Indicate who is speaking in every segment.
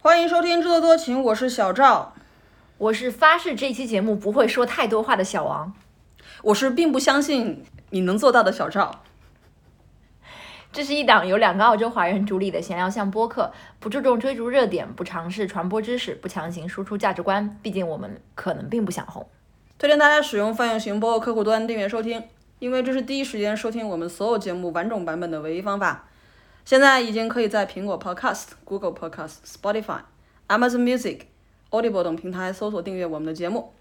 Speaker 1: 欢迎收听《制作多情》，我是小赵，
Speaker 2: 我是发誓这期节目不会说太多话的小王。
Speaker 1: 我是并不相信你能做到的小赵。
Speaker 2: 这是一档由两个澳洲华人主理的闲聊向播客，不注重追逐热点，不尝试传播知识，不强行输出价值观。毕竟我们可能并不想红。
Speaker 1: 推荐大家使用泛用型播客客户端订阅收听，因为这是第一时间收听我们所有节目完整版本的唯一方法。现在已经可以在苹果 Podcast、Google Podcast、Spotify、Amazon Music、Audible 等平台搜索订阅我们的节目。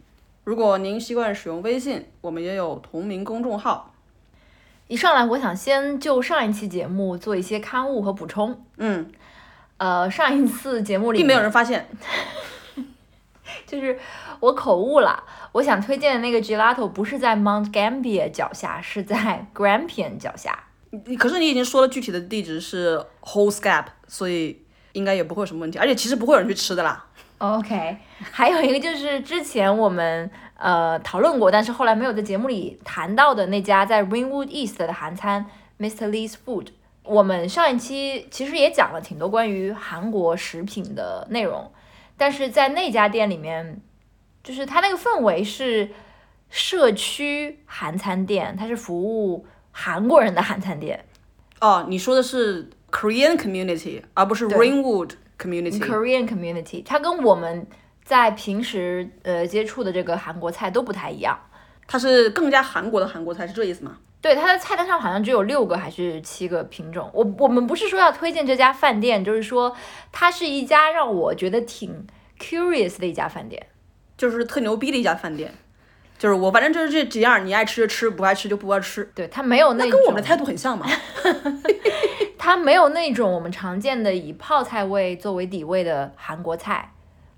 Speaker 1: 如果您习惯使用微信，我们也有同名公众号。
Speaker 2: 一上来，我想先就上一期节目做一些刊物和补充。
Speaker 1: 嗯，
Speaker 2: 呃，上一次节目里
Speaker 1: 并没有人发现。
Speaker 2: 就是我口误了，我想推荐的那个 gelato 不是在 Mount Gambier 脚下，是在 Grampian 脚下。
Speaker 1: 你可是你已经说了具体的地址是 Whole Scap，所以应该也不会有什么问题，而且其实不会有人去吃的啦。
Speaker 2: OK，还 有一个就是之前我们呃讨论过，但是后来没有在节目里谈到的那家在 Ringwood East 的韩餐 Mr. Lee's Food。我们上一期其实也讲了挺多关于韩国食品的内容，但是在那家店里面，就是它那个氛围是社区韩餐店，它是服务韩国人的韩餐店
Speaker 1: 哦，你说的是 Korean community，而不是
Speaker 2: 对嗯
Speaker 1: Ringwood community。
Speaker 2: Korean community，它跟我们在平时呃接触的这个韩国菜都不太一样。
Speaker 1: 它是更加韩国的韩国菜，是这意思吗？
Speaker 2: 对，它的菜单上好像只有六个还是七个品种。我我们不是说要推荐这家饭店，就是说它是一家让我觉得挺 curious 的一家饭店。
Speaker 1: 就是特牛逼的一家饭店，就是我反正就是这几样，你爱吃就吃，不爱吃就不爱吃。
Speaker 2: 对，它没有哦那
Speaker 1: 那
Speaker 2: 种
Speaker 1: 跟我们的态度很像嘛。
Speaker 2: 它没有那种我们常见的以泡菜味作为底味的韩国菜。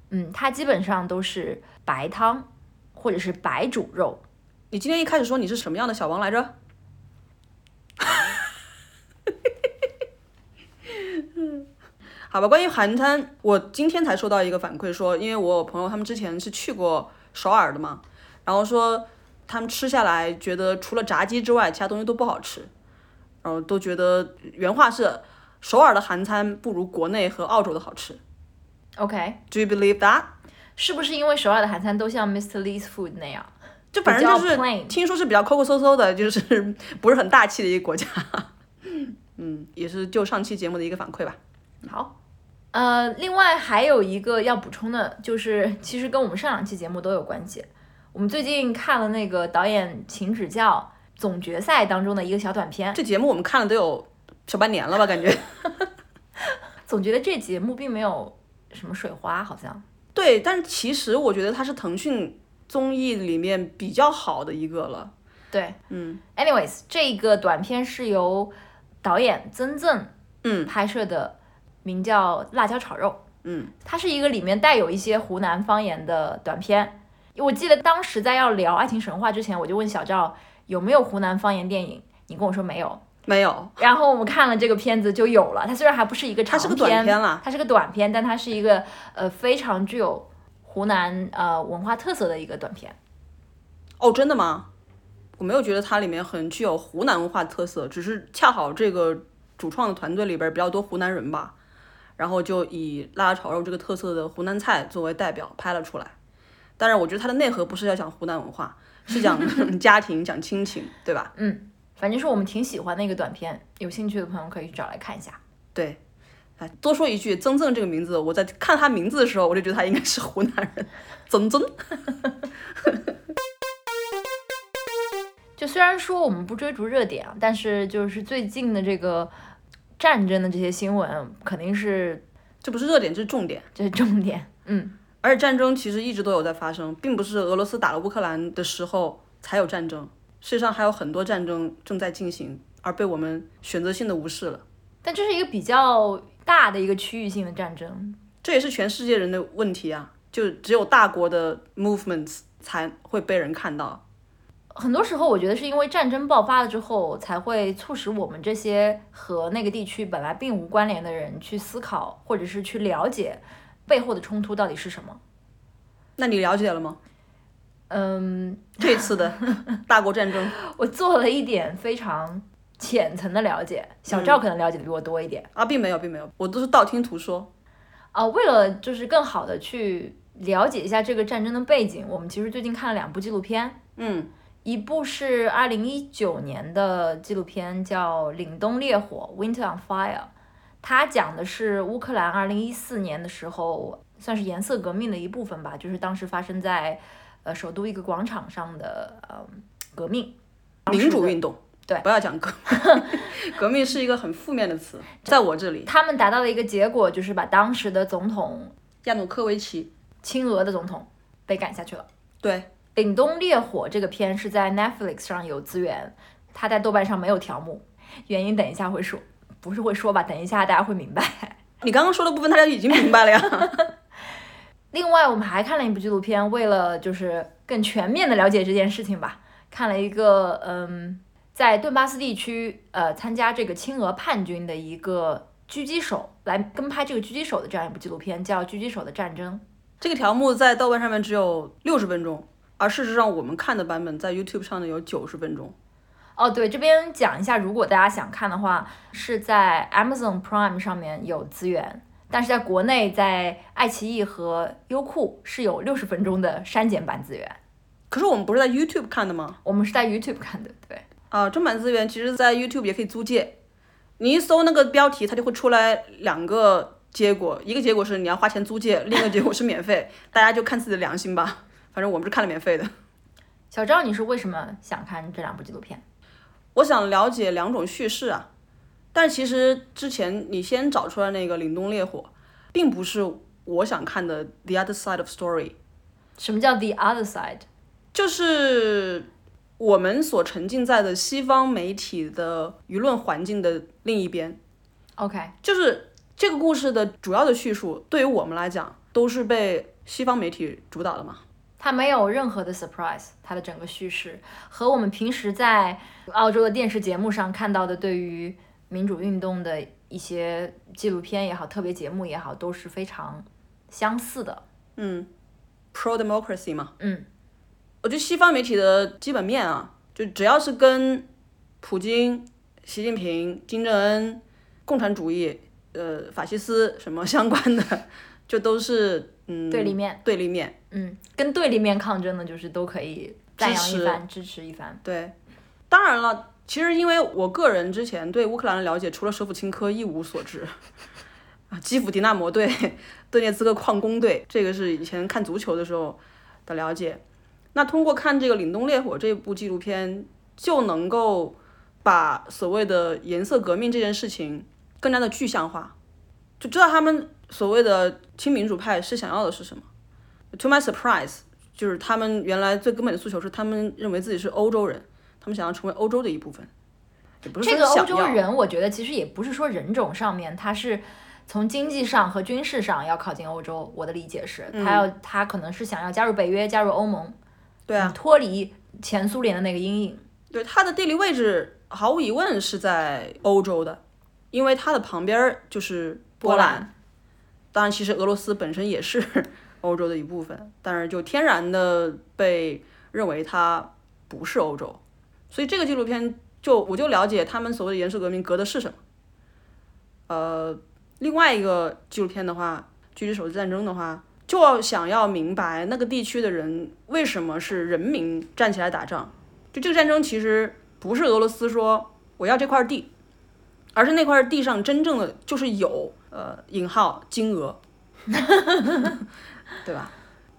Speaker 2: 嗯，它基本上都是白汤或者是白煮肉。
Speaker 1: 你今天一开始说你是什么样的小王来着？好吧，关于韩餐，我今天才收到一个反馈说，因为我有朋友他们之前是去过首尔的嘛，然后说他们吃下来觉得除了炸鸡之外，其他东西都不好吃，然后都觉得原话是首尔的韩餐不如国内和澳洲的好吃。
Speaker 2: OK，
Speaker 1: Do you believe that？
Speaker 2: 是不是因为首尔的韩餐都像 Mr. Lee's Food 那样？
Speaker 1: 就反正就
Speaker 2: 比
Speaker 1: 是
Speaker 2: 较 plain
Speaker 1: 听说是比较抠抠搜搜的，就是 不是很大气的一个国家。嗯，也是就上期节目的一个反馈吧。
Speaker 2: 好，呃，另外还有一个要补充的，就是其实跟我们上两期节目都有关系。我们最近看了那个导演秦指教总决赛当中的一个小短片，
Speaker 1: 这节目我们看了都有小半年了吧，感 觉。
Speaker 2: 总觉得这节目并没有什么水花，好像
Speaker 1: 对，但是其实我觉得它是腾讯综艺里面比较好的一个了。
Speaker 2: 对。
Speaker 1: 嗯
Speaker 2: Anyways，这个短片是由导演曾正
Speaker 1: 嗯
Speaker 2: 拍摄的，名叫《辣椒炒肉》。
Speaker 1: 嗯，
Speaker 2: 它是一个里面带有一些湖南方言的短片。我记得当时在要聊《爱情神话》之前，我就问小赵有没有湖南方言电影，你跟我说没有。
Speaker 1: 没有，
Speaker 2: 然后我们看了这个片子就有了。它虽然还不是一个
Speaker 1: 它
Speaker 2: 长
Speaker 1: 是
Speaker 2: 片，
Speaker 1: 个短片啦。
Speaker 2: 它是个短片，但它是一个呃非常具有湖南呃文化特色的一个短片。
Speaker 1: 哦，真的吗？我没有觉得它里面很具有湖南文化特色，只是恰好这个主创的团队里边比较多湖南人吧，然后就以辣炒肉这个特色的湖南菜作为代表拍了出来。但是我觉得它的内核不是要讲湖南文化，是讲 家庭、讲亲情，对吧？
Speaker 2: 反正是我们挺喜欢的一个短片，有兴趣的朋友可以去找来看一下。
Speaker 1: 对。哎，多说一句，曾曾这个名字，我在看他名字的时候，我就觉得他应该是湖南人。曾曾，
Speaker 2: 就虽然说我们不追逐热点啊，但是就是最近的这个战争的这些新闻，肯定是
Speaker 1: 这不是热点，这是重点。
Speaker 2: 这是重点。嗯，
Speaker 1: 而且战争其实一直都有在发生，并不是俄罗斯打了乌克兰的时候才有战争，世界上还有很多战争正在进行，而被我们选择性的无视了。
Speaker 2: 但这是一个比较大的一个区域性的战争。
Speaker 1: 这也是全世界人的问题啊！就只有大国的 movements 才会被人看到。
Speaker 2: 很多时候，我觉得是因为战争爆发了之后，才会促使我们这些和那个地区本来并无关联的人去思考，或者是去了解背后的冲突到底是什么。
Speaker 1: 那你了解了吗？
Speaker 2: 嗯，
Speaker 1: 这次的大国战争
Speaker 2: 我做了一点非常浅层的了解，小赵可能了解的比我多一点。
Speaker 1: 啊，并没有，并没有，我都是道听途说。
Speaker 2: 呃，为了就是更好的去了解一下这个战争的背景，我们其实最近看了两部纪录片，
Speaker 1: 嗯
Speaker 2: 一部是二零一九年的纪录片，叫《凛冬烈火》（Winter on Fire），它讲的是乌克兰二零一四年的时候，算是颜色革命的一部分吧，就是当时发生在呃首都一个广场上的呃革命。当时
Speaker 1: 民主
Speaker 2: 的
Speaker 1: 运动。
Speaker 2: 对
Speaker 1: 不要讲革命， 革命是一个很负面的词，在我这里，
Speaker 2: 他们达到的一个结果就是把当时的总统
Speaker 1: 亚努科维奇，
Speaker 2: 亲俄的总统被赶下去了。
Speaker 1: 对，
Speaker 2: 《凛冬烈火》这个片是在 Netflix 上有资源，它在豆瓣上没有条目，原因等一下会说，不是会说吧？等一下大家会明白。
Speaker 1: 你刚刚说的部分大家已经明白了呀。
Speaker 2: 另外，我们还看了一部纪录片，为了就是更全面的了解这件事情吧，看了一个嗯，在顿巴斯地区呃参加这个亲俄叛军的一个狙击手来跟拍这个狙击手的这样一部纪录片，叫《狙击手的战争》。
Speaker 1: 这个条目在豆瓣上面只有六十分钟，而事实上我们看的版本在 YouTube 上的有九十分钟。
Speaker 2: 哦，对，这边讲一下，如果大家想看的话，是在 Amazon Prime 上面有资源，但是在国内，在爱奇艺和优酷是有六十分钟的删减版资源。
Speaker 1: 可是我们不是在 YouTube 看的吗？
Speaker 2: 我们是在 YouTube 看的，对，
Speaker 1: 啊，正版资源其实在 YouTube 也可以租借，你一搜那个标题，它就会出来两个结果，一个结果是你要花钱租借，另一个结果是免费，大家就看自己的良心吧。反正我们是看了免费的。
Speaker 2: 小赵，你是为什么想看这两部纪录片？
Speaker 1: 我想了解两种叙事啊，但其实之前你先找出来那个《凛冬烈火》，并不是我想看的《The Other Side of Story》，
Speaker 2: 什么叫 The Other Side？
Speaker 1: 就是我们所沉浸在的西方媒体的舆论环境的另一边。
Speaker 2: OK，
Speaker 1: 就是这个故事的主要的叙述，对于我们来讲都是被西方媒体主导的嘛。
Speaker 2: 它没有任何的 surprise，它的整个叙事和我们平时在澳洲的电视节目上看到的对于民主运动的一些纪录片也好、特别节目也好，都是非常相似的。
Speaker 1: 嗯，pro democracy 嘛。
Speaker 2: 嗯，
Speaker 1: 我觉得西方媒体的基本面啊，就只要是跟普京、习近平、金正恩、共产主义、呃法西斯什么相关的，就都是嗯
Speaker 2: 对立面，
Speaker 1: 对立面。
Speaker 2: 嗯，跟对立面抗争的，就是都可以赞扬一番、支持一番。
Speaker 1: 对，当然了，其实因为我个人之前对乌克兰的了解，除了舍甫琴科一无所知，啊，基辅迪纳摩队、顿涅茨克矿工队，这个是以前看足球的时候的了解。那通过看这个《凛冬烈火》这部纪录片，就能够把所谓的颜色革命这件事情更加的具象化，就知道他们所谓的亲民主派是想要的是什么。To my surprise，就是他们原来最根本的诉求是，他们认为自己是欧洲人，他们想要成为欧洲的一部分，也不是
Speaker 2: 这
Speaker 1: 说
Speaker 2: 个欧
Speaker 1: 想
Speaker 2: 洲
Speaker 1: 要。
Speaker 2: 人，我觉得其实也不是说人种上面，他是从经济上和军事上要靠近欧洲。我的理解是，
Speaker 1: 嗯
Speaker 2: 他要他可能是想要加入北约、加入欧盟，
Speaker 1: 对啊，
Speaker 2: 嗯脱离前苏联的那个阴影。
Speaker 1: 对，它的地理位置毫无疑问是在欧洲的，因为它的旁边儿就是波
Speaker 2: 波
Speaker 1: 兰。
Speaker 2: 兰
Speaker 1: 当然，其实俄罗斯本身也是 欧洲的一部分，但是就天然的被认为它不是欧洲。所以这个纪录片就我就了解他们所谓的颜色革命革的是什么。呃，另外一个纪录片的话，《狙击手的战争》的话，就要想要明白那个地区的人为什么是人民站起来打仗。就这个战争其实不是俄罗斯说我要这块地，而是那块地上真正的就是有呃引号金 额， 对吧？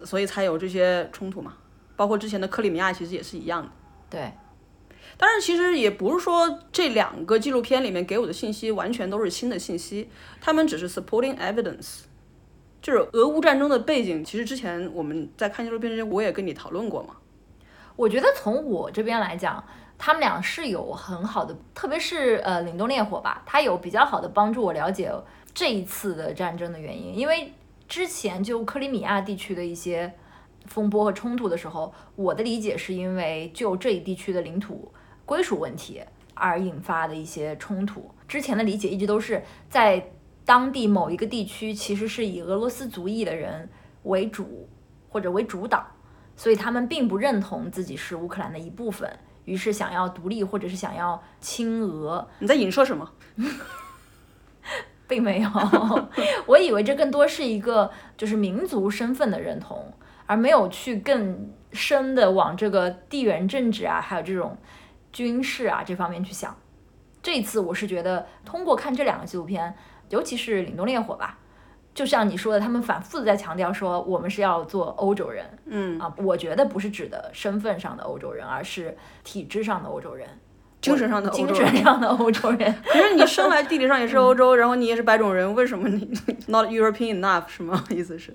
Speaker 1: 所以才有这些冲突嘛。包括之前的克里米亚其实也是一样的。
Speaker 2: 对，
Speaker 1: 当然，其实也不是说这两个纪录片里面给我的信息完全都是新的信息，他们只是 supporting evidence。就是俄乌战争的背景，其实之前我们在看纪录片之前，我也跟你讨论过嘛。
Speaker 2: 我觉得从我这边来讲，他们俩是有很好的，特别是呃《凛冬烈火》吧，它有比较好的帮助我了解这一次的战争的原因，因为之前就克里米亚地区的一些风波和冲突的时候，我的理解是因为就这一地区的领土归属问题而引发的一些冲突。之前的理解一直都是在当地某一个地区，其实是以俄罗斯族裔的人为主或者为主导，所以他们并不认同自己是乌克兰的一部分，于是想要独立或者是想要亲俄。
Speaker 1: 你在影射什么？
Speaker 2: 并没有， 我以为这更多是一个就是民族身份的认同，而没有去更深的往这个地缘政治啊，还有这种军事啊这方面去想。这一次我是觉得通过看这两个纪录片，尤其是《凛冬烈火》吧，就像你说的，他们反复的在强调说我们是要做欧洲人，
Speaker 1: 嗯，
Speaker 2: 啊，我觉得不是指的身份上的欧洲人，而是体制上的欧洲人，
Speaker 1: 精神上的欧
Speaker 2: 精
Speaker 1: 洲
Speaker 2: 神
Speaker 1: 人。
Speaker 2: 上的欧洲人。
Speaker 1: 可是你生来地理上也是欧洲，然后你也是白种人，为什么你 not European enough 是吗？意思是，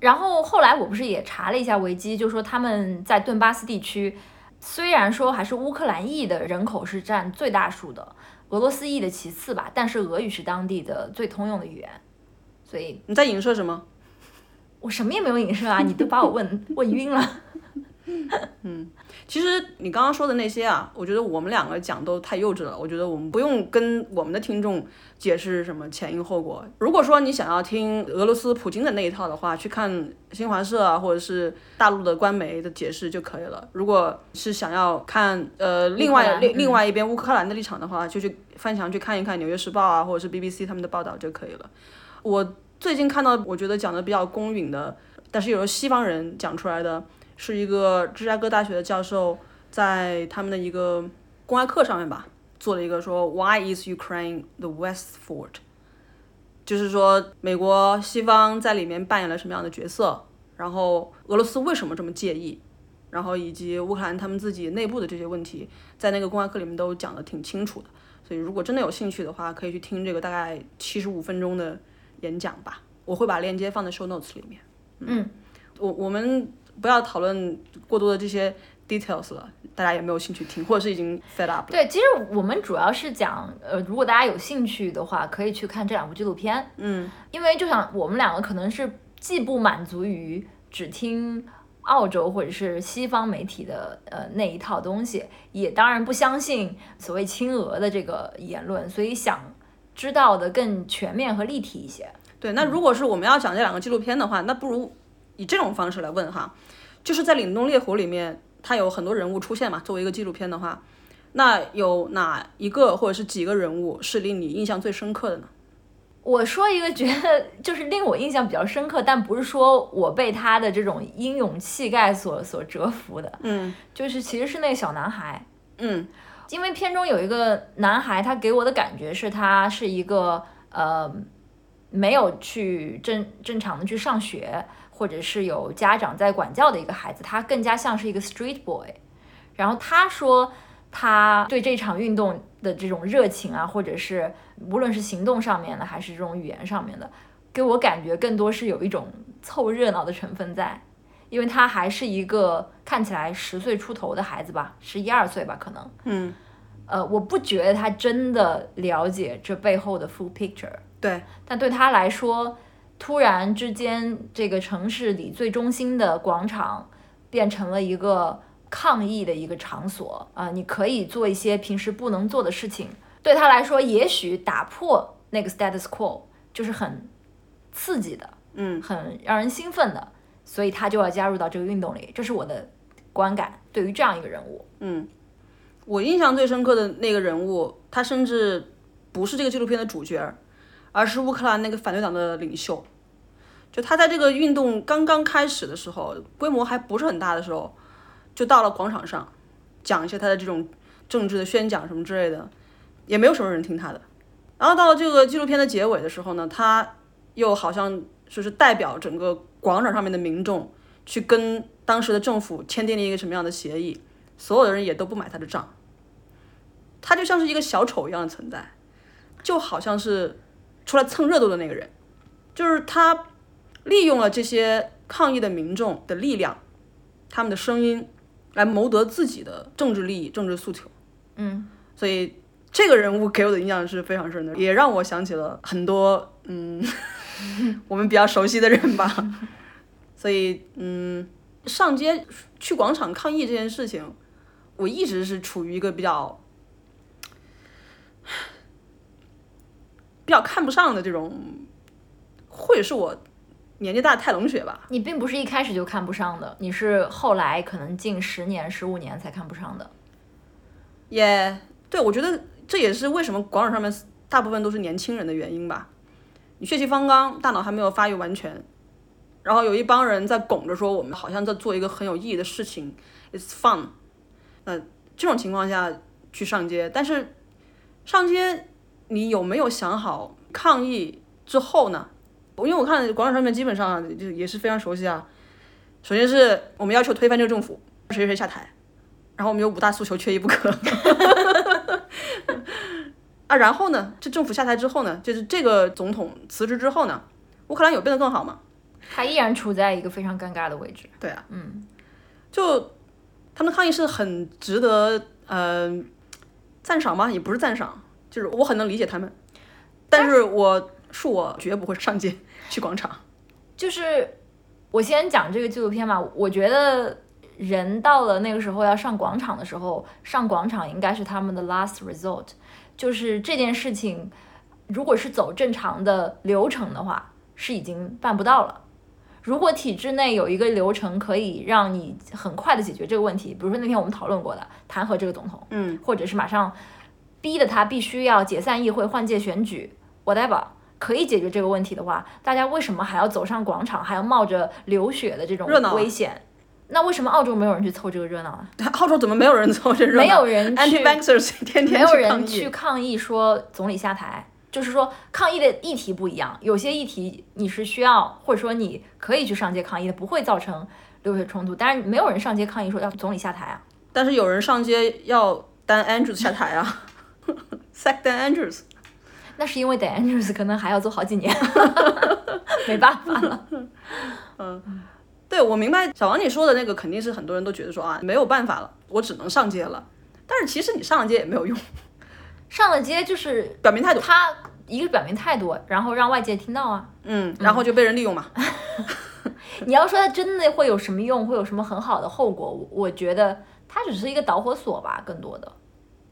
Speaker 2: 然后后来我不是也查了一下维基，就说他们在顿巴斯地区，虽然说还是乌克兰裔的人口是占最大数的，俄罗斯裔的其次吧，但是俄语是当地的最通用的语言。所以
Speaker 1: 你在影射什么？
Speaker 2: 我什么也没有影射啊，你都把我问 问晕了。
Speaker 1: 其实你刚刚说的那些啊，我觉得我们两个讲都太幼稚了。我觉得我们不用跟我们的听众解释什么前因后果。如果说你想要听俄罗斯普京的那一套的话，去看新华社啊，或者是大陆的官媒的解释就可以了。如果是想要看呃另
Speaker 2: 乌克
Speaker 1: 外
Speaker 2: 兰
Speaker 1: 另
Speaker 2: 嗯
Speaker 1: 另外一边乌克兰的立场的话，就去翻墙去看一看《纽约时报》啊，或者是 BBC 他们的报道就可以了。我最近看到我觉得讲的比较公允的，但是有时候西方人讲出来的。是一个芝加哥大学的教授在他们的一个公开课上面吧，做了一个说 “Why is Ukraine the West Fort”，就是说美国西方在里面扮演了什么样的角色，然后俄罗斯为什么这么介意，然后以及乌克兰他们自己内部的这些问题，在那个公开课里面都讲得挺清楚的。所以如果真的有兴趣的话，可以去听这个大概七十五分钟的演讲吧，我会把链接放在 show notes 里面。
Speaker 2: 嗯，
Speaker 1: 我我们不要讨论过多的这些 details 了，大家也没有兴趣听，或者是已经 fed up 了。
Speaker 2: 对，其实我们主要是讲，呃，如果大家有兴趣的话，可以去看这两部纪录片。
Speaker 1: 嗯，
Speaker 2: 因为就想我们两个可能是既不满足于只听澳洲或者是西方媒体的呃那一套东西，也当然不相信所谓亲俄的这个言论，所以想知道的更全面和立体一些。
Speaker 1: 对。那如果是我们要讲这两个纪录片的话，那不如以这种方式来问哈，就是在《凛冬烈火》里面，它有很多人物出现嘛，作为一个纪录片的话，那有哪一个或者是几个人物是令你印象最深刻的呢？
Speaker 2: 我说一个觉得就是令我印象比较深刻，但不是说我被他的这种英勇气概所所折服的，
Speaker 1: 嗯
Speaker 2: 就是其实是那个小男孩，
Speaker 1: 嗯
Speaker 2: 因为片中有一个男孩，他给我的感觉是他是一个呃没有去正正常的去上学，或者是有家长在管教的一个孩子，他更加像是一个 street boy。然后他说他对这场运动的这种热情啊，或者是无论是行动上面的，还是这种语言上面的，给我感觉更多是有一种凑热闹的成分在。因为他还是一个看起来十岁出头的孩子吧，十一二岁吧，可能。
Speaker 1: 嗯，
Speaker 2: 呃，我不觉得他真的了解这背后的 full picture，
Speaker 1: 对，
Speaker 2: 但对他来说，突然之间，这个城市里最中心的广场变成了一个抗议的一个场所啊、你可以做一些平时不能做的事情。对他来说，也许打破那个 status quo 就是很刺激的，
Speaker 1: 嗯，
Speaker 2: 很让人兴奋的，所以他就要加入到这个运动里，这是我的观感。对于这样一个人物，
Speaker 1: 嗯，我印象最深刻的那个人物，他甚至不是这个纪录片的主角，而是乌克兰那个反对党的领袖。就他在这个运动刚刚开始的时候，规模还不是很大的时候，就到了广场上，讲一些他的这种政治的宣讲什么之类的，也没有什么人听他的。然后到这个纪录片的结尾的时候呢，他又好像就是代表整个广场上面的民众，去跟当时的政府签订了一个什么样的协议。所有的人也都不买他的账。他就像是一个小丑一样的存在，就好像是出来蹭热度的那个人，就是他利用了这些抗议的民众的力量，他们的声音来谋得自己的政治利益、政治诉求。
Speaker 2: 嗯，
Speaker 1: 所以这个人物给我的印象是非常深的，也让我想起了很多嗯 我们比较熟悉的人吧。 所以嗯，上街去广场抗议这件事情，我一直是处于一个比较比较看不上的这种，或者是我年纪大太冷血吧。
Speaker 2: 你并不是一开始就看不上的，你是后来可能近十年、十五年才看不上的。
Speaker 1: 也对，我觉得这也是为什么广场上面大部分都是年轻人的原因吧。你血气方刚，大脑还没有发育完全，然后有一帮人在拱着说我们好像在做一个很有意义的事情，it's fun。那这种情况下去上街，但是上街你有没有想好抗议之后呢？因为我看广场上面基本上就也是非常熟悉啊。首先是我们要求推翻这个政府，谁谁谁下台，然后我们有五大诉求缺一不可。啊，然后呢，这政府下台之后呢，就是这个总统辞职之后呢，乌克兰有变得更好吗？
Speaker 2: 他依然处在一个非常尴尬的位置。
Speaker 1: 对啊，嗯，就他们的抗议是很值得呃赞赏吧，也不是赞赏，就是我很能理解他们，但是我恕我绝不会上街 去广场。
Speaker 2: 就是我先讲这个纪录片嘛，我觉得人到了那个时候要上广场的时候，上广场应该是他们的 last resort，就是这件事情，如果是走正常的流程的话，是已经办不到了。如果体制内有一个流程可以让你很快的解决这个问题，比如说那天我们讨论过的弹劾这个总统，
Speaker 1: 嗯，
Speaker 2: 或者是马上逼得他必须要解散议会、换届选举，whatever，可以解决这个问题的话，大家为什么还要走上广场，还要冒着流血的这种
Speaker 1: 热闹啊
Speaker 2: 危险？那为什么澳洲没有人去凑这个热闹啊？
Speaker 1: 澳洲怎么没有人凑这热闹？
Speaker 2: 没有人去
Speaker 1: anti-vaxxers 天
Speaker 2: 没
Speaker 1: 天
Speaker 2: 有
Speaker 1: 去抗
Speaker 2: 人
Speaker 1: 议，
Speaker 2: 去抗议说总理下台，就是说抗议的议题不一样，有些议题你是需要或者说你可以去上街抗议的，不会造成流血冲突。但是没有人上街抗议说要总理下台啊。
Speaker 1: 但是有人上街要 Dan Andrews 下台啊 ，sack Dan Andrews。
Speaker 2: 那是因为 The Andrews 可能还要做好几年， 没办法了。
Speaker 1: 对，我明白小王你说的那个，肯定是很多人都觉得说啊，没有办法了，我只能上街了。但是其实你上了街也没有用，
Speaker 2: 上了街就是
Speaker 1: 表明态度，
Speaker 2: 他一个表明态度，然后让外界听到啊。
Speaker 1: 嗯，然后就被人利用嘛。
Speaker 2: 你要说他真的会有什么用，会有什么很好的后果，我我觉得他只是一个导火索吧，更多的。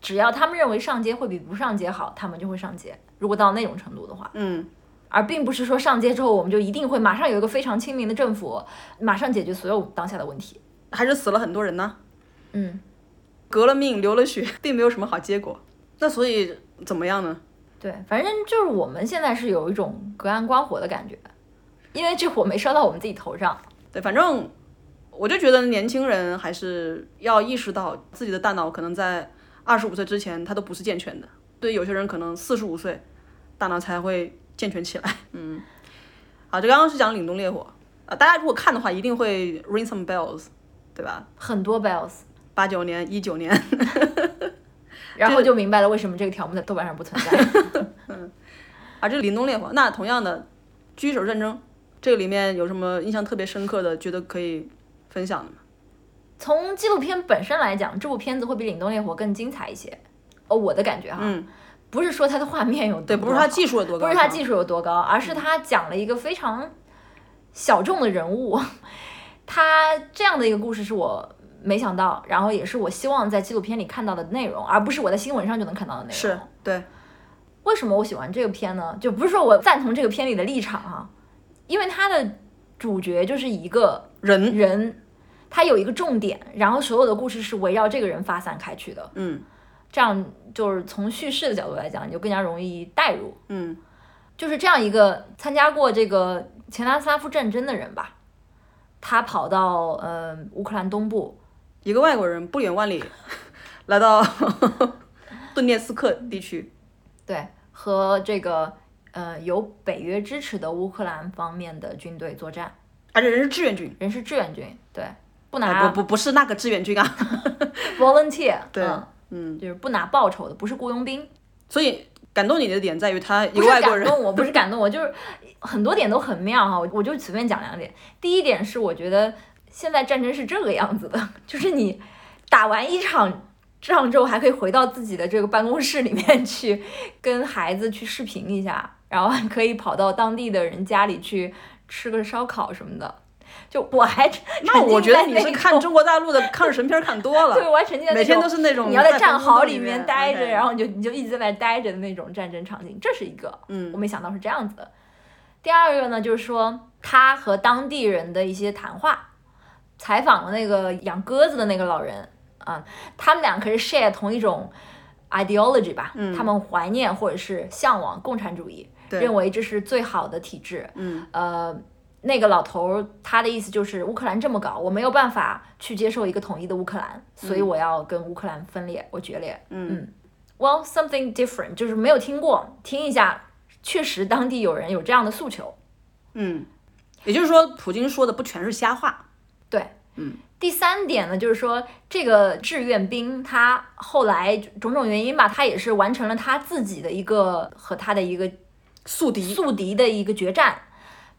Speaker 2: 只要他们认为上街会比不上街好，他们就会上街。如果到那种程度的话，
Speaker 1: 嗯，
Speaker 2: 而并不是说上街之后我们就一定会马上有一个非常亲民的政府，马上解决所有当下的问题。
Speaker 1: 还是死了很多人呢，
Speaker 2: 嗯，
Speaker 1: 革了命，流了血，并没有什么好结果。那所以怎么样呢？
Speaker 2: 对，反正就是我们现在是有一种隔岸观火的感觉，因为这火没烧到我们自己头上。
Speaker 1: 对，反正我就觉得年轻人还是要意识到自己的大脑可能在二十五岁之前，他都不是健全的。对有些人可能四十五岁，大脑才会健全起来。 嗯，好，这刚刚是讲凛冬烈火啊，大家如果看的话，一定会 ring some bells，对吧？
Speaker 2: 啊很多 bells，
Speaker 1: 八九年、一九年，
Speaker 2: 然后就明白了为什么这个条目在豆瓣上不存在。
Speaker 1: 啊，这个凛冬烈火。那同样的，狙手战争这个里面有什么印象特别深刻的，觉得可以分享的吗？
Speaker 2: 从纪录片本身来讲，这部片子会比《凛冬烈火》更精彩一些。哦，我的感觉哈，
Speaker 1: 嗯，
Speaker 2: 不是说它的画面有多
Speaker 1: 对，不是他
Speaker 2: 好
Speaker 1: 技术有多高，
Speaker 2: 不是他技术有多高，而是他讲了一个非常小众的人物。 他这样的一个故事是我没想到，然后也是我希望在纪录片里看到的内容，而不是我在新闻上就能看到的内容。
Speaker 1: 是对，
Speaker 2: 为什么我喜欢这个片呢？就不是说我赞同这个片里的立场啊，因为它的主角就是一个
Speaker 1: 人，
Speaker 2: 人，他有一个重点，然后所有的故事是围绕这个人发散开去的。
Speaker 1: 嗯
Speaker 2: 这样就是从叙事的角度来讲，你就更加容易代入。
Speaker 1: 嗯
Speaker 2: 就是这样一个参加过这个前拉斯拉夫战争的人吧，他跑到呃乌克兰东部，
Speaker 1: 一个外国人不远万里来到 顿涅茨克地区，
Speaker 2: 对，和这个呃有北约支持的乌克兰方面的军队作战，
Speaker 1: 而且人是志愿军，
Speaker 2: 人是志愿军，对，不
Speaker 1: 啊、
Speaker 2: 拿
Speaker 1: 不不不是那个志愿军啊，
Speaker 2: volunteer，
Speaker 1: 对
Speaker 2: 嗯，
Speaker 1: 嗯，
Speaker 2: 就是不拿报酬的，不是雇佣兵，
Speaker 1: 所以感动你的点在于他一
Speaker 2: 不
Speaker 1: 个
Speaker 2: 是
Speaker 1: 外国
Speaker 2: 感
Speaker 1: 人，
Speaker 2: 动我，不是感动我，就是很多点都很妙哈，我我就随便讲两点。第一点是我觉得现在战争是这个样子的， 就是你打完一场仗之后，还可以回到自己的这个办公室里面去跟孩子去视频一下， 然后还可以跑到当地的人家里去吃个烧烤什么的。就我还
Speaker 1: 那我觉得你是看
Speaker 2: 中，
Speaker 1: 中国大陆的抗日神片看多
Speaker 2: 对，
Speaker 1: 了，
Speaker 2: 我还沉浸在那
Speaker 1: 每天
Speaker 2: 种
Speaker 1: 都是那种
Speaker 2: 你要在战
Speaker 1: 办公
Speaker 2: 壕
Speaker 1: 洞
Speaker 2: 里
Speaker 1: 里
Speaker 2: 面待着，然
Speaker 1: 后
Speaker 2: 后你就你就一直在那待着的那种战争场景，这是一个。我
Speaker 1: 嗯
Speaker 2: 没想到是这样子的。第二个呢，就是说他和当地人的一些谈话，采访了那个养鸽子的那个老人啊，他们俩可是 share 同一种 ideology 吧，
Speaker 1: 嗯
Speaker 2: 他们怀念或者是向往共产主义，
Speaker 1: 对
Speaker 2: 认为这是最好的体制。
Speaker 1: 嗯，
Speaker 2: 呃，那个老头儿他的意思就是乌克兰这么搞，我没有办法去接受一个统一的乌克兰，所以我要跟乌克兰分裂，我决裂。
Speaker 1: 嗯
Speaker 2: Well, something different，就是没有听过，听一下，确实当地有人有这样的诉求。
Speaker 1: 嗯，也就是说，普京说的不全是瞎话。
Speaker 2: 对，
Speaker 1: 嗯。
Speaker 2: 第三点呢，就是说这个志愿兵他后来种种原因吧，他也是完成了他自己的一个和他的一个
Speaker 1: 宿敌，
Speaker 2: 宿敌的一个决战，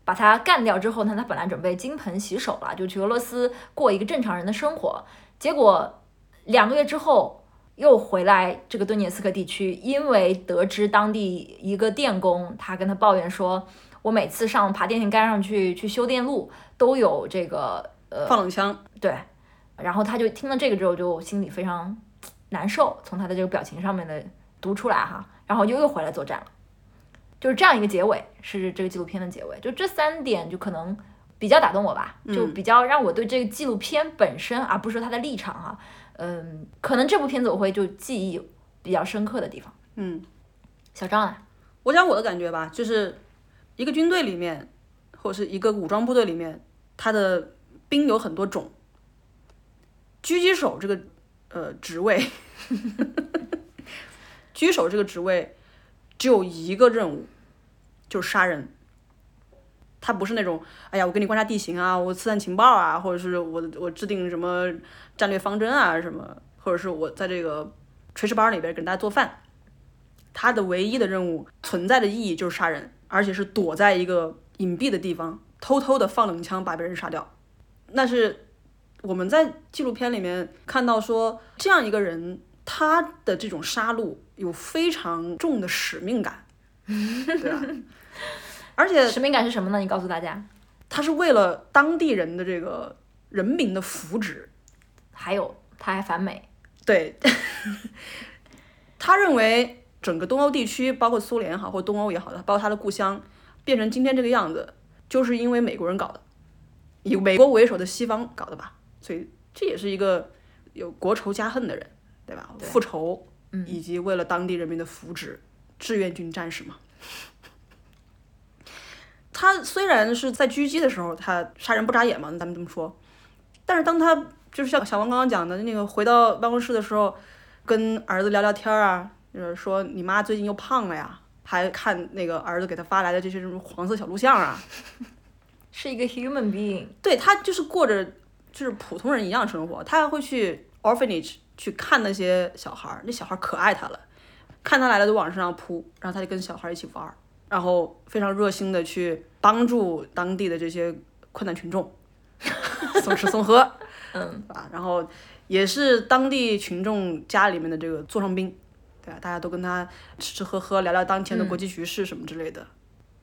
Speaker 2: 把他干掉之后呢，他本来准备金盆洗手了，就去俄罗斯过一个正常人的生活。结果两个月之后又回来这个顿涅茨克地区，因为得知当地一个电工，他跟他抱怨说，我每次上爬电线杆上去去修电路，都有这个呃
Speaker 1: 放冷枪，
Speaker 2: 对，然后他就听了这个之后，就心里非常难受，从他的这个表情上面的读出来哈，然后又又回来作战了，就是这样一个结尾，是这个纪录片的结尾，就这三点就可能比较打动我吧，就比较让我对这个纪录片本身，而不是说它的立场哈，嗯，可能这部片子我会就记忆比较深刻的地方。
Speaker 1: 嗯，
Speaker 2: 小张啊呢？
Speaker 1: 我讲我的感觉吧，就是一个军队里面，或者是一个武装部队里面，他的兵有很多种。狙击手这个呃职位， 狙击手这个职位只有一个任务，就是杀人。他不是那种，哎呀，我给你观察地形啊，我刺探情报啊，或者是我我制定什么战略方针啊什么，或者是我在这个炊事班里边给大家做饭。他的唯一的任务存在的意义就是杀人，而且是躲在一个隐蔽的地方，偷偷的放冷枪把别人杀掉。那是我们在纪录片里面看到说，这样一个人他的这种杀戮有非常重的使命感，对吧？而且
Speaker 2: 使命感是什么呢？你告诉大家。
Speaker 1: 他是为了当地人的这个人民的福祉，
Speaker 2: 还有，他还反美，
Speaker 1: 对， 他认为整个东欧地区，包括苏联也好，或东欧也好，包括他的故乡，变成今天这个样子，就是因为美国人搞的，以美国为首的西方搞的吧。所以这也是一个有国仇家恨的人，对吧？复仇，以及为了当地人民的福祉，志愿军战士嘛。他虽然是在狙击的时候，他杀人不眨眼嘛，咱们这么说，但是当他就是像小王刚刚讲的那个，回到办公室的时候，跟儿子聊聊天儿啊，就是说你妈最近又胖了呀，还看那个儿子给他发来的这些什么黄色小录像啊，
Speaker 2: 是一个 human being，
Speaker 1: 对他就是过着就是普通人一样生活，他还会去 orphanage 去看那些小孩儿，那小孩儿可爱他了，看他来了就往身上扑，然后他就跟小孩儿一起玩儿，然后非常热心的去帮助当地的这些困难群众，送吃送喝，嗯，啊，然后也是当地群众家里面的这个座上宾。对啊，大家都跟他吃吃喝喝，聊聊当前的国际局势什么之类的。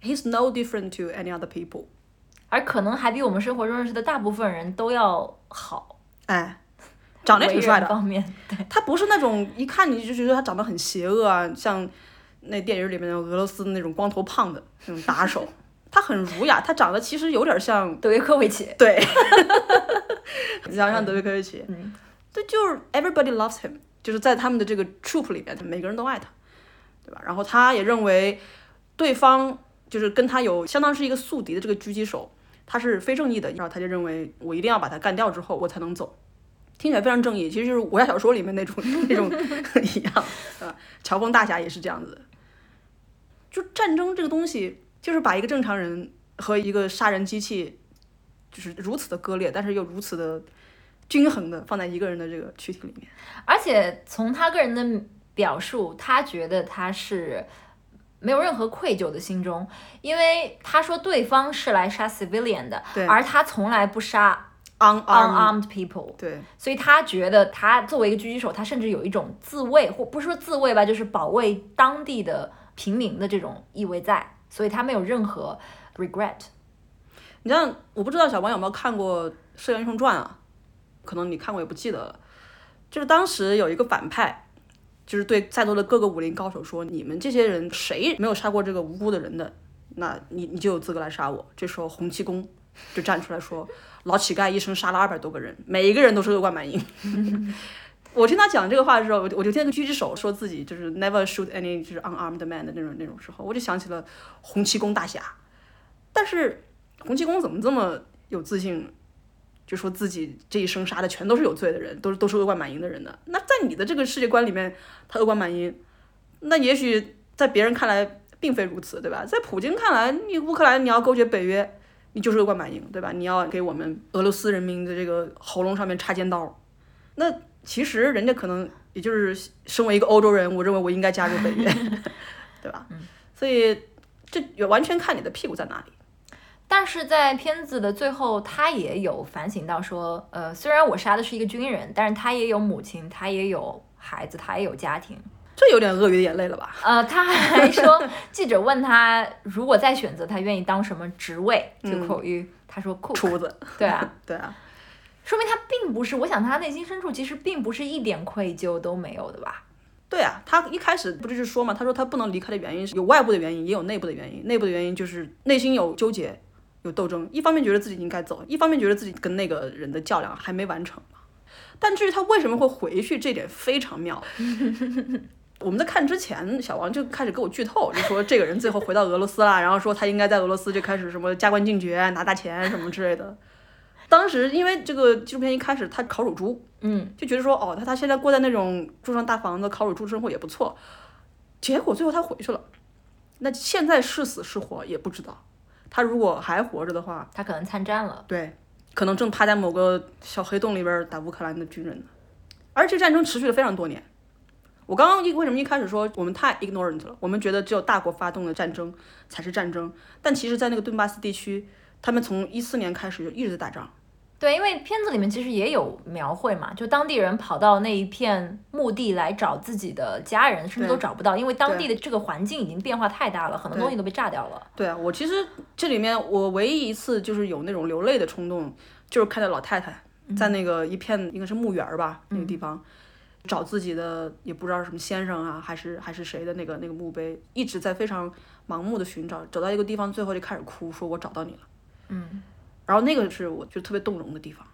Speaker 1: He's no different to any other people。
Speaker 2: 而可能还比我们生活中认识的大部分人都要好，
Speaker 1: 哎，长得也挺帅
Speaker 2: 为人
Speaker 1: 的，
Speaker 2: 方面，
Speaker 1: 他不是那种一看你就觉得他长得很邪恶啊，像那电影里面的俄罗斯那种光头胖子那种打手，他很儒雅，他长得其实有点像，
Speaker 2: 德约科维奇。
Speaker 1: 对， 你想像德约科维奇，对，就是 everybody loves him，就是在他们的这个 troop 里面，每个人都爱他，对吧？然后他也认为对方就是跟他有相当是一个宿敌的这个狙击手，他是非正义的，然后他就认为我一定要把他干掉之后，我才能走。听起来非常正义，其实就是武侠小说里面那种那种一样，对吧？乔峰大侠也是这样子的。就战争这个东西，就是把一个正常人和一个杀人机器，就是如此的割裂，但是又如此的均衡的放在一个人的这个躯体里面。
Speaker 2: 而且从他个人的表述，他觉得他是没有任何愧疚的心中，因为他说对方是来杀 civilian 的，
Speaker 1: 对
Speaker 2: 而他从来不杀
Speaker 1: On on
Speaker 2: unarmed people，
Speaker 1: 对
Speaker 2: 所以他觉得他作为一个狙击手，他甚至有一种自卫，或不是说自卫吧，就是保卫当地的平民的这种意味在，所以他没有任何 regret。
Speaker 1: 你像我不知道小王有没有看过《射雕英雄传》啊？可能你看过也不记得了。就是当时有一个反派，就是对在座的各个武林高手说：“你们这些人谁没有杀过这个无辜的人的，那你你就有资格来杀我。”这时候洪七公就站出来说：“老乞丐一生杀了二百多个人，每一个人都是恶贯满盈。” 我听他讲这个话的时候，我就我就听他举起手说自己就是 never shoot any 就是 unarmed man 的那种那种时候，我就想起了洪七公大侠。但是洪七公怎么这么有自信，就说自己这一生杀的全都是有罪的人，都是都是恶贯满盈的人呢？那在你的这个世界观里面，他恶贯满盈，那也许在别人看来并非如此，对吧？在普京看来，你乌克兰你要勾结北约，你就是恶贯满盈，对吧？你要给我们俄罗斯人民的这个喉咙上面插尖刀，那其实人家可能也就是身为一个欧洲人，我认为我应该加入北约， 对吧？所以这也完全看你的屁股在哪里。
Speaker 2: 但是在片子的最后，他也有反省到说，呃，虽然我杀的是一个军人，但是他也有母亲，他也有孩子，他也有家庭。
Speaker 1: 这有点鳄鱼的眼泪了吧？
Speaker 2: 呃，他还说，记者问他如果再选择，他愿意当什么职位？就口语，他说 cook。
Speaker 1: 厨子，
Speaker 2: 对啊，
Speaker 1: 对啊，
Speaker 2: 说明他并不是，我想他内心深处其实并不是一点愧疚都没有的吧？
Speaker 1: 对啊，他一开始不就是说嘛，他说他不能离开的原因是有外部的原因，也有内部的原因。内部的原因就是内心有纠结，有斗争，一方面觉得自己应该走，一方面觉得自己跟那个人的较量还没完成嘛。但至于他为什么会回去，这点非常妙。我们在看之前，小王就开始给我剧透，就说这个人最后回到俄罗斯啦，然后说他应该在俄罗斯就开始什么加官进爵、拿大钱什么之类的。当时因为这个纪录片一开始他烤乳猪，
Speaker 2: 嗯，
Speaker 1: 就觉得说哦，他他现在过在那种住上大房子、烤乳猪生活也不错。结果最后他回去了，那现在是死是活也不知道。他如果还活着的话，
Speaker 2: 他可能参战了。
Speaker 1: 对，可能正趴在某个小黑洞里边儿打乌克兰的军人呢。而这战争持续了非常多年。我刚刚一为什么一开始说我们太 ignorant 了？我们觉得只有大国发动的战争才是战争，但其实，在那个顿巴斯地区，他们从一四年开始就一直在打仗。
Speaker 2: 对，因为片子里面其实也有描绘嘛，就当地人跑到那一片墓地来找自己的家人，甚至都找不到，因为当地的这个环境已经变化太大了，很多东西都被炸掉了。
Speaker 1: 对啊，我其实这里面我唯一一次就是有那种流泪的冲动，就是看到老太太
Speaker 2: 嗯
Speaker 1: 在那个一片应该是墓园儿吧，那个地方找自己的也不知道是什么先生啊，还是还是谁的那个那个墓碑，一直在非常盲目的寻找，找到一个地方，最后就开始哭，说我找到你了。
Speaker 2: 嗯，
Speaker 1: 然后那个是我就特别动容的地方。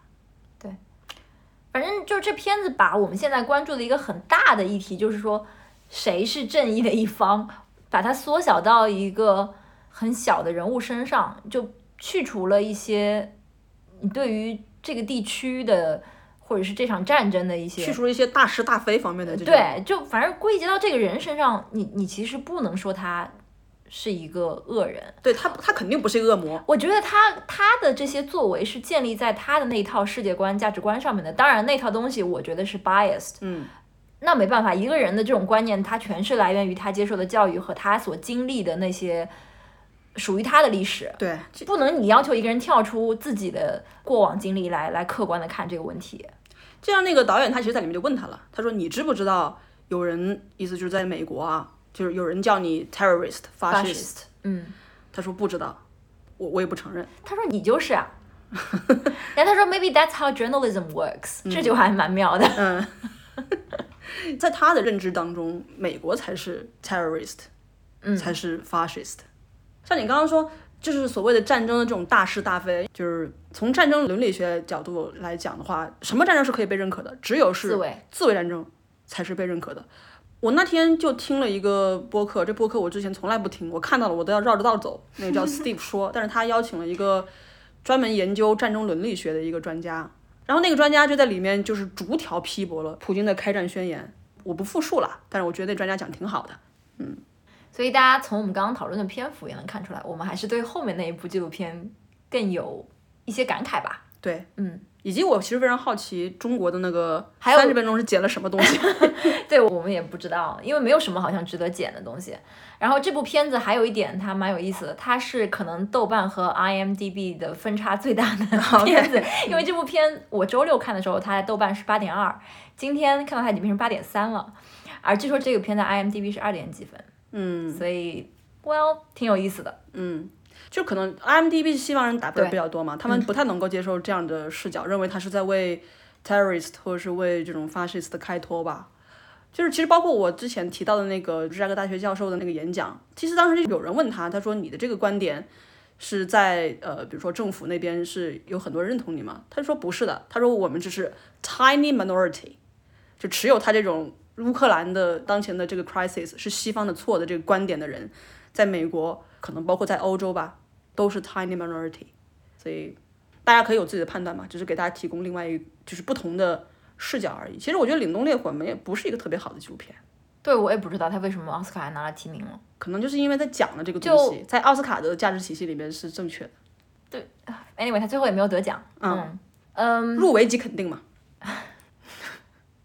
Speaker 2: 反正就是这片子把我们现在关注的一个很大的议题，就是说谁是正义的一方，把它缩小到一个很小的人物身上，就去除了一些你对于这个地区的或者是这场战争的一些
Speaker 1: 去除了一些大是大非方面的这种，
Speaker 2: 对，就反正归结到这个人身上，你你其实不能说他是一个恶人。
Speaker 1: 对他他肯定不是一个恶魔，
Speaker 2: 我觉得他他的这些作为是建立在他的那一套世界观、价值观上面的。当然，那套东西我觉得是 biased，
Speaker 1: 嗯，
Speaker 2: 那没办法，一个人的这种观念，他全是来源于他接受的教育和他所经历的那些属于他的历史。
Speaker 1: 对，
Speaker 2: 不能你要求一个人跳出自己的过往经历来来客观的看这个问题。
Speaker 1: 这样，那个导演他其实在里面就问他了，他说：“你知不知道有人，意思就是在美国啊，就是有人叫你 terrorist fascist？”
Speaker 2: 嗯，
Speaker 1: 他说不知道，我我也不承认。
Speaker 2: 他说你就是啊。 然后他说 maybe that's how journalism works，、这句话还蛮妙的。
Speaker 1: 在他的认知当中，美国才是 terrorist，才是 fascist。像你刚刚说，就是所谓的战争的这种大是大非，就是从战争伦理学角度来讲的话，什么战争是可以被认可的？只有是
Speaker 2: 自卫
Speaker 1: 自卫战争才是被认可的。我那天就听了一个播客，这播客我之前从来不听，我看到了我都要绕着道走。那个 叫 Steve 说，但是他邀请了一个专门研究战争伦理学的一个专家，然后那个专家就在里面就是逐条批驳了普京的开战宣言，我不复述了，但是我觉得那专家讲挺好的。
Speaker 2: 所以大家从我们刚刚讨论的篇幅也能看出来，我们还是对后面那一部纪录片更有一些感慨吧。
Speaker 1: 对，
Speaker 2: 嗯，
Speaker 1: 以及我其实非常好奇中国的那个
Speaker 2: 还有
Speaker 1: 三十分钟是剪了什么东西。
Speaker 2: 对我们也不知道，因为没有什么好像值得剪的东西。然后这部片子还有一点它蛮有意思的，它是可能豆瓣和 IMDB 的分差最大的片子，因为这部片我周六看的时候，它在豆瓣是八点二，今天看到它已经变成八点三了，而据说这个片在 IMDB 是二点几分，
Speaker 1: 嗯
Speaker 2: 所以 well 挺有意思的。
Speaker 1: 嗯，就可能 IMDB 西方人打分
Speaker 2: 对
Speaker 1: 比较多嘛，他们不太能够接受这样的视角，认为他是在为 terrorist 或者是为这种 fascist 的开脱吧。就是其实包括我之前提到的那个芝加哥大学教授的那个演讲，其实当时有人问他，他说你的这个观点是在呃，比如说政府那边是有很多人认同你吗？他说不是的，他说我们只是 tiny minority，就持有他这种乌克兰的当前的这个 crisis 是西方的错的这个观点的人，在美国可能包括在欧洲吧，都是 tiny minority，所以大家可以有自己的判断嘛，只是给大家提供另外一就是不同的视角而已。其实我觉得《凛冬烈火》没不是一个特别好的纪录片，
Speaker 2: 对我也不知道他为什么奥斯卡还拿了提名了。
Speaker 1: 可能就是因为在讲的这个东西在奥斯卡的价值体系里面是正确的，
Speaker 2: Anyway，他最后也没有得奖。嗯嗯，
Speaker 1: 入围即肯定嘛。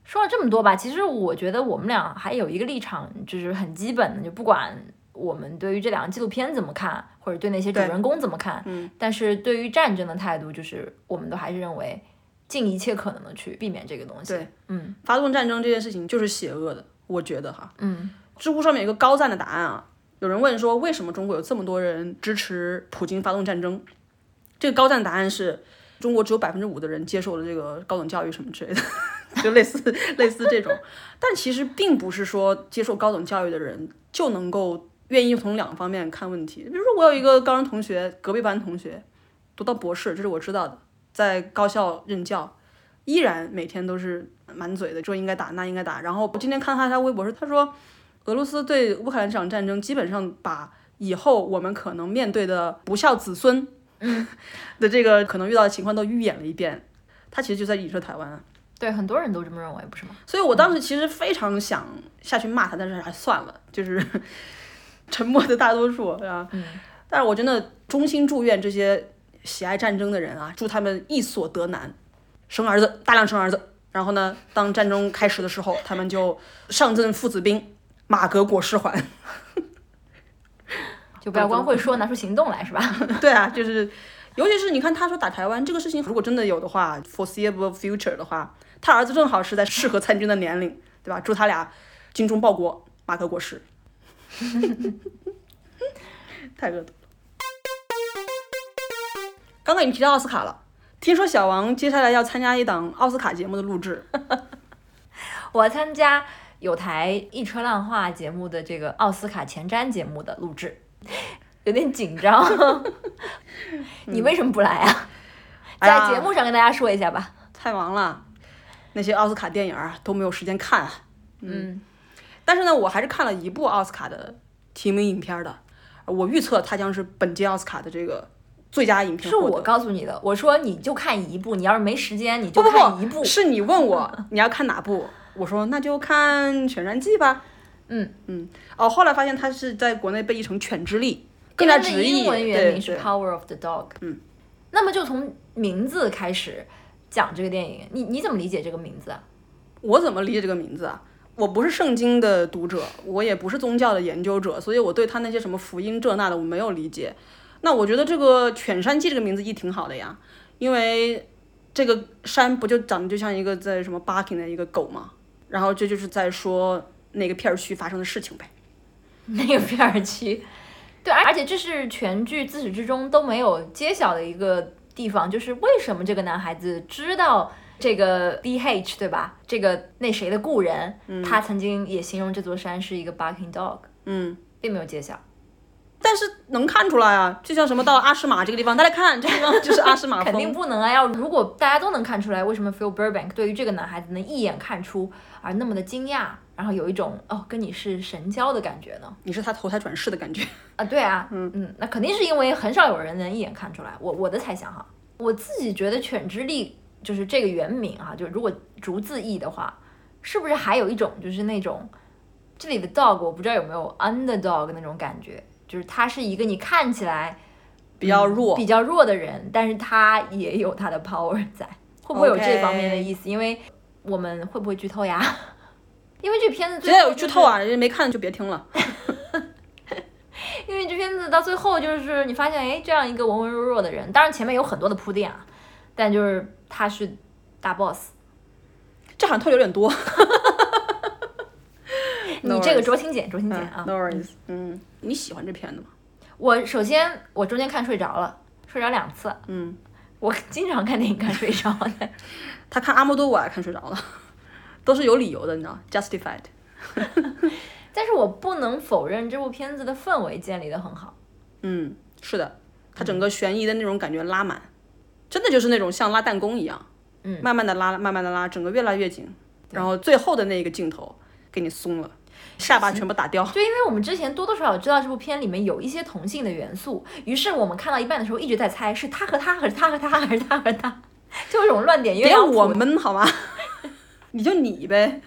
Speaker 2: 说了这么多吧，其实我觉得我们俩还有一个立场，就是很基本的，就不管我们对于这两个纪录片怎么看，或者对那些主
Speaker 1: 对
Speaker 2: 人公怎么看，嗯，但是对于战争的态度，就是我们都还是认为尽一切可能的去避免这个东西。
Speaker 1: 对，
Speaker 2: 嗯
Speaker 1: 发动战争这件事情就是邪恶的，我觉得哈。
Speaker 2: 嗯，
Speaker 1: 知乎上面有一个高赞的答案啊，有人问说为什么中国有这么多人支持普京发动战争？这个高赞答案是中国只有百分之五的人接受了这个高等教育什么之类的， 就类似类似这种。但其实并不是说接受高等教育的人就能够愿意从两方面看问题。比如说，我有一个高中同学，隔壁班同学，读到博士，这是我知道的，在高校任教，依然每天都是满嘴的说应该打那应该打。然后我今天看他他微博是他说，俄罗斯对乌克兰这场战争基本上把以后我们可能面对的不孝子孙，的这个可能遇到的情况都预演了一遍。他其实就在影射台湾啊。
Speaker 2: 对，很多人都这么认为，不是吗？
Speaker 1: 所以我当时其实非常想下去骂他，但是还算了，就是 沉默的大多数啊。但是我真的衷心祝愿这些喜爱战争的人啊，祝他们一所得难，生儿子，大量生儿子。然后呢，当战争开始的时候，他们就上阵父子兵，马革裹尸还。
Speaker 2: 就不要光会说，拿出行动来，是吧？
Speaker 1: 对啊，就是，尤其是你看他说打台湾这个事情，如果真的有的话，foreseeable future 的话，他儿子正好是在适合参军的年龄，对吧？祝他俩精忠报国，马可果实。太恶毒了。刚刚已经提到奥斯卡了，听说小王接下来要参加一档奥斯卡节目的录制，
Speaker 2: 我参加有台一车烂话节目的这个奥斯卡前瞻节目的录制，有点紧张。 你为什么不来啊？
Speaker 1: 哎呀
Speaker 2: 在节目上跟大家说一下吧。
Speaker 1: 太忙了，那些奥斯卡电影啊都没有时间看啊。
Speaker 2: 嗯，
Speaker 1: 但是呢，我还是看了一部奥斯卡的提名影片的。我预测它将是本届奥斯卡的这个最佳影片
Speaker 2: 是
Speaker 1: 获得
Speaker 2: 我告诉你的。我说你就看一部，你要是没时间，你
Speaker 1: 不
Speaker 2: 就
Speaker 1: 不
Speaker 2: 看一
Speaker 1: 不，
Speaker 2: 部。
Speaker 1: 是你问 我你要看哪部，我说那就看《犬燃记》吧。
Speaker 2: 嗯
Speaker 1: 嗯，哦，后来发现它是在国内被译成《犬之力》，更
Speaker 2: 因为
Speaker 1: 加
Speaker 2: 它的
Speaker 1: 直译。
Speaker 2: 英文原
Speaker 1: 对
Speaker 2: 名是
Speaker 1: 对
Speaker 2: Power of the Dog。嗯，那么就从名字开始讲这个电影，你你怎么理解这个名字啊？
Speaker 1: 我怎么理解这个名字啊？我不是圣经的读者，我也不是宗教的研究者，所以我对他那些什么福音这那的我没有理解。那我觉得这个犬山记这个名字一挺好的呀，因为这个山不就长得就像一个在什么 barking 的一个狗吗？然后这就是在说哪个片儿区发生的事情呗。
Speaker 2: 那个片儿区。对，而而且这是全剧自始至终都没有揭晓的一个地方，就是为什么这个男孩子知道这个 D H 对吧？这个那谁的故人，他曾经也形容这座山是一个 barking dog，
Speaker 1: 嗯，
Speaker 2: 并没有揭晓。
Speaker 1: 但是能看出来啊，就像什么到了阿诗玛这个地方，大家看这个地方就是阿诗玛
Speaker 2: 肯定
Speaker 1: 峰。
Speaker 2: 不能啊！要如果大家都能看出来，为什么 Phil Burbank 对于这个男孩子能一眼看出而那么的惊讶，然后有一种哦跟你是神交的感觉呢？
Speaker 1: 你是他投胎转世的感觉。
Speaker 2: 啊，对啊，嗯嗯，那肯定是因为很少有人能一眼看出来。我我的猜想哈，我自己觉得《犬之力》就是这个原名哈，就如果逐字译的话，是不是还有一种就是那种这里的 dog 我不知道有没有 underdog 那种感觉，就是他是一个你看起来
Speaker 1: 比较弱，
Speaker 2: 比较弱的人，但是他也有他的 power 在，会不会有这方面的
Speaker 1: OK
Speaker 2: 意思因为我们会不会剧透呀？ 因为这片子
Speaker 1: 只
Speaker 2: 最
Speaker 1: 要
Speaker 2: 后
Speaker 1: 有
Speaker 2: 就
Speaker 1: 剧
Speaker 2: 是
Speaker 1: 透啊，人家没看就别听了。
Speaker 2: 因为这片子到最后就是你发现，哎，这样一个文文弱弱的人，当然前面有很多的铺垫啊，但就是他是 大 boss，
Speaker 1: 这好像透的有点多。No
Speaker 2: 你这个酌情减，酌情减
Speaker 1: 嗯
Speaker 2: 啊。
Speaker 1: ，no worries。嗯，你喜欢这片子吗？
Speaker 2: 我首先我中间看睡着了，睡着两次，
Speaker 1: 嗯，
Speaker 2: 我经常看电影看睡着的。
Speaker 1: 他看阿莫多瓦看睡着了， 都是有理由的，你知道，justified。
Speaker 2: 但是我不能否认这部片子的氛围建立的很好，
Speaker 1: 嗯，是的，他整个悬疑的那种感觉拉满，真的就是那种像拉弹弓一样，
Speaker 2: 嗯
Speaker 1: 慢慢的拉，慢慢的拉，整个越拉越紧。然后最后的那个镜头给你松了，下巴全部打掉。
Speaker 2: 就因为我们之前多多少少知道这部片里面有一些同性的元素，于是我们看到一半的时候一直在猜是他和他和他和他还是他和他， 就有一种乱点鸳
Speaker 1: 别
Speaker 2: 鸯谱
Speaker 1: 我们好吗？ 你就你呗，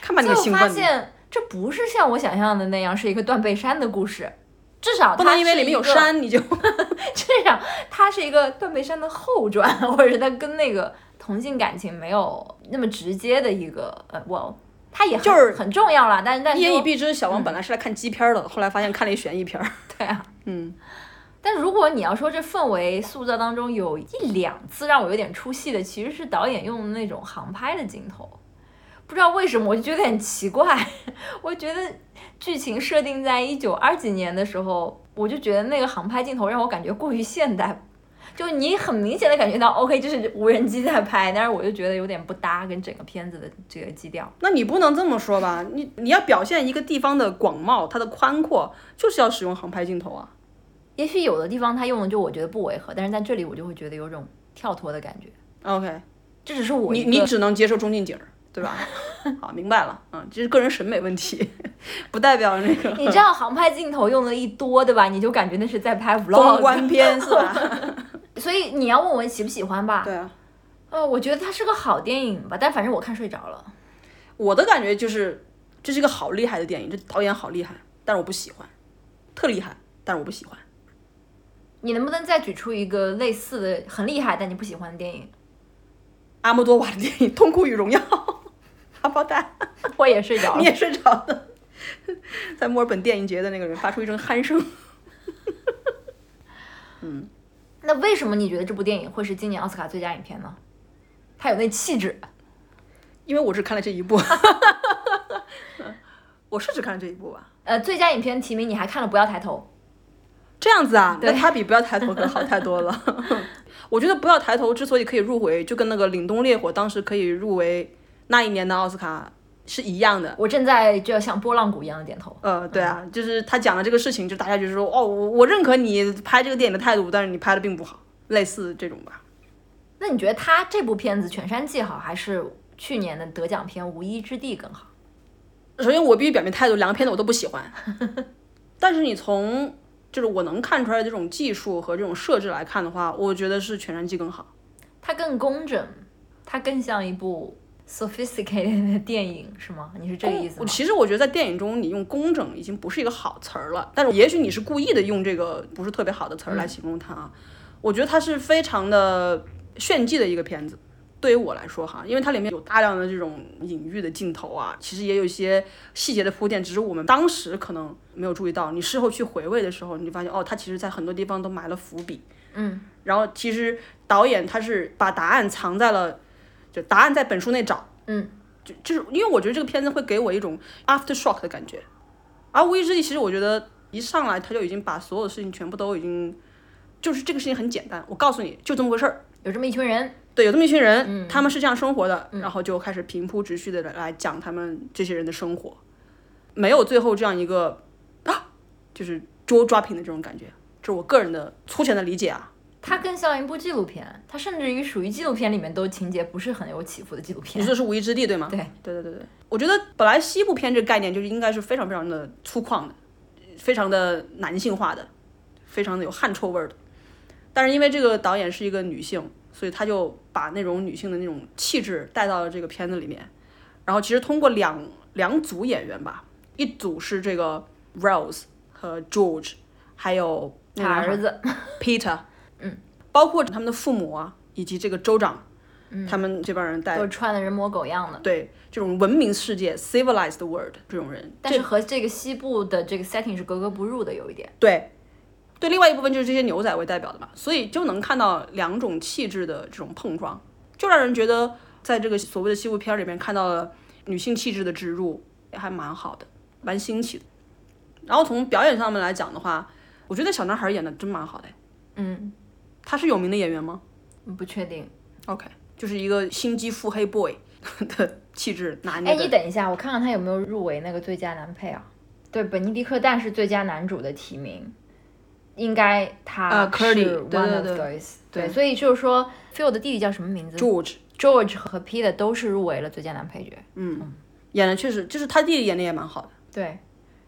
Speaker 1: 看把你
Speaker 2: 最
Speaker 1: 给
Speaker 2: 后
Speaker 1: 兴
Speaker 2: 发
Speaker 1: 奋的。
Speaker 2: 现这不是像我想象的那样是一个断背山的故事，至少
Speaker 1: 不
Speaker 2: 它
Speaker 1: 能因为
Speaker 2: 是
Speaker 1: 里面
Speaker 2: 一
Speaker 1: 有
Speaker 2: 个，
Speaker 1: 山你就
Speaker 2: 至少它是一个断背山的后传， 或者是它跟那个同性感情没有那么直接的一个呃，哇，它也很
Speaker 1: 就是
Speaker 2: 很重要啦，但是但
Speaker 1: 一
Speaker 2: 是
Speaker 1: 言以
Speaker 2: 说
Speaker 1: 蔽之。小王本来是来看鸡片儿的，后来发现看了一悬疑片儿。
Speaker 2: 嗯对啊，
Speaker 1: 嗯，
Speaker 2: 但如果你要说这氛围塑造当中有一两次让我有点出戏的，其实是导演用的那种航拍的镜头，不知道为什么我就觉得很奇怪。 我觉得剧情设定在一九二几年的时候，我就觉得那个航拍镜头让我感觉过于现代，就你很明显的感觉到，OK，这哦是无人机在拍，但是我就觉得有点不搭跟整个片子的这个基调。
Speaker 1: 那你不能这么说吧？你你要表现一个地方的广袤，它的宽阔，就是要使用航拍镜头啊。
Speaker 2: 也许有的地方他用的就我觉得不违和，但是在这里我就会觉得有种跳脱的感觉。
Speaker 1: OK，
Speaker 2: 这只是我
Speaker 1: 你
Speaker 2: 一个
Speaker 1: 你只能接受中近景儿，对 吧？好，明白了。嗯，这是个人审美问题， 不代表那 个
Speaker 2: 你知道航拍镜头用的一多，对吧？你就感觉那是在拍
Speaker 1: 公
Speaker 2: vlog，
Speaker 1: 关片是 吧？
Speaker 2: 所以你要问我喜不喜欢吧？
Speaker 1: 对啊，
Speaker 2: 呃，我觉得它是个好电影吧，但反正我看睡着了。
Speaker 1: 我的感觉就是这是一个好厉害的电影，这导演好厉害，但是我不喜欢，特厉害，但是我不喜欢。
Speaker 2: 你能不能再举出一个类似的很厉害但你不喜欢的 电影？
Speaker 1: 阿莫多瓦的电影《痛苦与荣耀》， 阿包蛋，
Speaker 2: 我也睡着
Speaker 1: 你
Speaker 2: 了。
Speaker 1: 也睡着了， 在墨尔本电影节的那个人发出一声鼾声。
Speaker 2: 那为什么你觉得这部电影会是今年奥斯卡最佳影片呢？它有那气质，
Speaker 1: 因为我只看了这一部，嗯我是只看了这一部吧？
Speaker 2: 呃，最佳影片提名你还看了《不要抬头
Speaker 1: 这样子啊，那
Speaker 2: 对
Speaker 1: 他比不要抬头可好太多了。 我觉得不要抬头之所以可以入围，就跟那个《凛冬烈火》当时可以入围那一年的奥斯卡是一样的》，。
Speaker 2: 我正在就要像波浪鼓一样的点头。
Speaker 1: 呃，对啊，就是他讲的这个事情，就大家就是说，哦，我我认可你拍这个电影的态度，但是你拍的并不好，类似这种吧。
Speaker 2: 那你觉得它这部片子《全山记》好，还是去年的得奖片《无依之地》更好？
Speaker 1: 首先，我必须表明态度，两个片子我都不喜欢。 但是你从就是我能看出来的这种技术和这种设置来看的话，我觉得是《全山记》更好。
Speaker 2: 它更工整，它更像一部 sophisticated 的电影，是吗？ 你是这个意思
Speaker 1: 哦我
Speaker 2: 吗？
Speaker 1: 其实我觉得在电影中，你用“工整”已经不是一个好词儿了，但是也许你是故意的用这个不是特别好的词
Speaker 2: 嗯
Speaker 1: 儿来形容它啊。我觉得它是非常的炫技的一个片子，对于我来说哈，因为它里面有大量的这种隐喻的镜头啊，其实也有一些细节的铺垫，只是我们当时可能没有注意到，你事后去回味的时候，你就发现哦，它其实在很多地方都埋了伏笔。嗯，然后其实导演他是把答案藏在了，就答案在本书内找。
Speaker 2: 嗯，
Speaker 1: 就就是因为我觉得这个片子会给我一种 after shock 的感觉，而无意之地其实我觉得一上来他就已经把所有事情全部都已经，就是这个事情很简单，我告诉你就这么回事儿。
Speaker 2: 有这么一群人，
Speaker 1: 对，有这么一群人，他们是这样生活的，然后就开始平铺直叙的来讲他们这些人的生活，没有最后这样一个啊，就是捉抓平的这种感觉，这是我个人的粗浅的理解啊。
Speaker 2: 它更像一部纪录片，它甚至于属于纪录片里面都情节不是很有起伏的纪录
Speaker 1: 你
Speaker 2: 片。
Speaker 1: 说的是无意之地对吗？
Speaker 2: 对，
Speaker 1: 对对对对，我觉得本来西部片这个概念就是应该是非常非常的粗犷的，非常的男性化的，非常的有汗臭味儿的。但是因为这个导演是一个女性，所以她就把那种女性的那种气质带到了这个片子里面。然后其实通过两两组演员吧，一组是这个 Rose 和 George，还有那
Speaker 2: 他
Speaker 1: 个男孩
Speaker 2: 儿子
Speaker 1: Peter，嗯，包括他们的父母啊，以及这个州长，他们这帮人带
Speaker 2: 都穿的人模狗样的，
Speaker 1: 对这种文明世界 （civilized world） 这种人，
Speaker 2: 但是和这个西部的这个 setting 是格格不入的，有一点。
Speaker 1: 对对，另外一部分就是这些牛仔为代表的嘛，所以就能看到两种气质的这种碰撞，就让人觉得在这个所谓的西部片儿里面看到了女性气质的植入，也还蛮好的，蛮新奇的。然后从表演上面来讲的话，我觉得小男孩演的真蛮好的。
Speaker 2: 嗯，
Speaker 1: 他是有名的演员吗
Speaker 2: 不确定。
Speaker 1: ？OK，就是一个心机腹黑 boy 的气质拿捏
Speaker 2: 哎，
Speaker 1: 的
Speaker 2: 你等一下，我看看他有没有入围那个最佳男配啊？对，本尼迪克·但是最佳男主的提名，应该他
Speaker 1: 啊，Curly，
Speaker 2: 是
Speaker 1: 对
Speaker 2: one
Speaker 1: 对
Speaker 2: of
Speaker 1: 对
Speaker 2: those。对，所以就是说，Phil 的弟弟叫什么名字
Speaker 1: George
Speaker 2: George 和 Peter 都是入围了最佳男配角。
Speaker 1: 演的确实就是他弟弟演的也蛮好的。
Speaker 2: 对，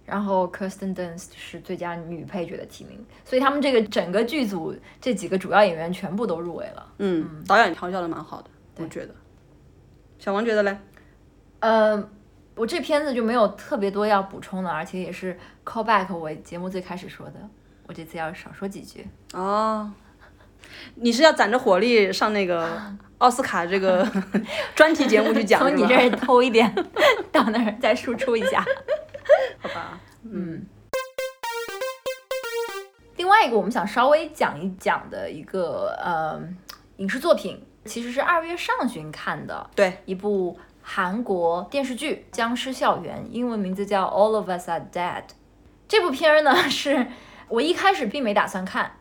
Speaker 2: 然后 Kirsten Dunst 是最佳女配角的提名，所以他们这个整个剧组这几个主要演员全部都入围了。
Speaker 1: 嗯，导演调教的蛮好的，我觉得。小王觉得嘞？
Speaker 2: 呃，我这片子就没有特别多要补充的，而且也是 callback 我节目最开始说的，我这次要少说几句。
Speaker 1: 哦，你是要攒着火力上那个奥斯卡这个专题节目去讲
Speaker 2: 从
Speaker 1: 是
Speaker 2: 你
Speaker 1: 吧
Speaker 2: 这儿偷一点， 到那儿再输出一下。 嗯
Speaker 1: 好吧？嗯
Speaker 2: 另外一个我们想稍微讲一讲的一个呃影视作品，其实是二月上旬看的
Speaker 1: 对，
Speaker 2: 一部韩国电视剧《僵尸校园》，英文名字叫《All of Us Are Dead》。这部片儿呢， 是我一开始并没打算看，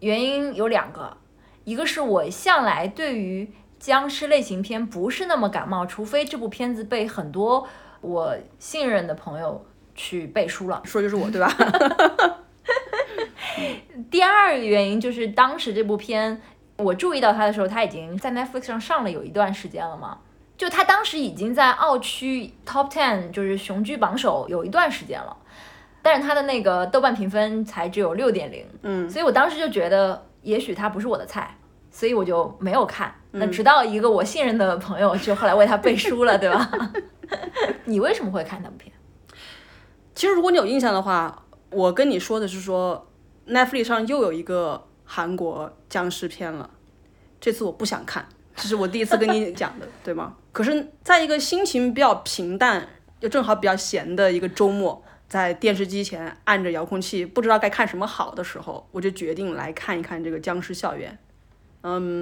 Speaker 2: 原因有两个，一个是我向来对于僵尸类型片不是那么感冒，除非这部片子被很多我信任的朋友去背书了。
Speaker 1: 说就是我对吧？
Speaker 2: 第二个原因就是当时这部片，我注意到它的时候，它已经在 Netflix 上上了有一段时间了嘛。就它当时已经在澳区 Top Ten，就是雄居榜首有一段时间了，但是它的那个豆瓣评分才只有六点零，
Speaker 1: 嗯，
Speaker 2: 所以我当时就觉得也许它不是我的菜，所以我就没有看。那直到一个我信任的朋友，就后来为他背书了，对吧？你为什么会看那部片？
Speaker 1: 其实如果你有印象的话，我跟你说的是说，Netflix 上又有一个韩国僵尸片了，这次我不想看，这是我第一次跟你讲的，对吗？可是，在一个心情比较平淡又正好比较闲的一个周末，在电视机前按着遥控器，不知道该看什么好的时候，我就决定来看一看这个《僵尸校园》。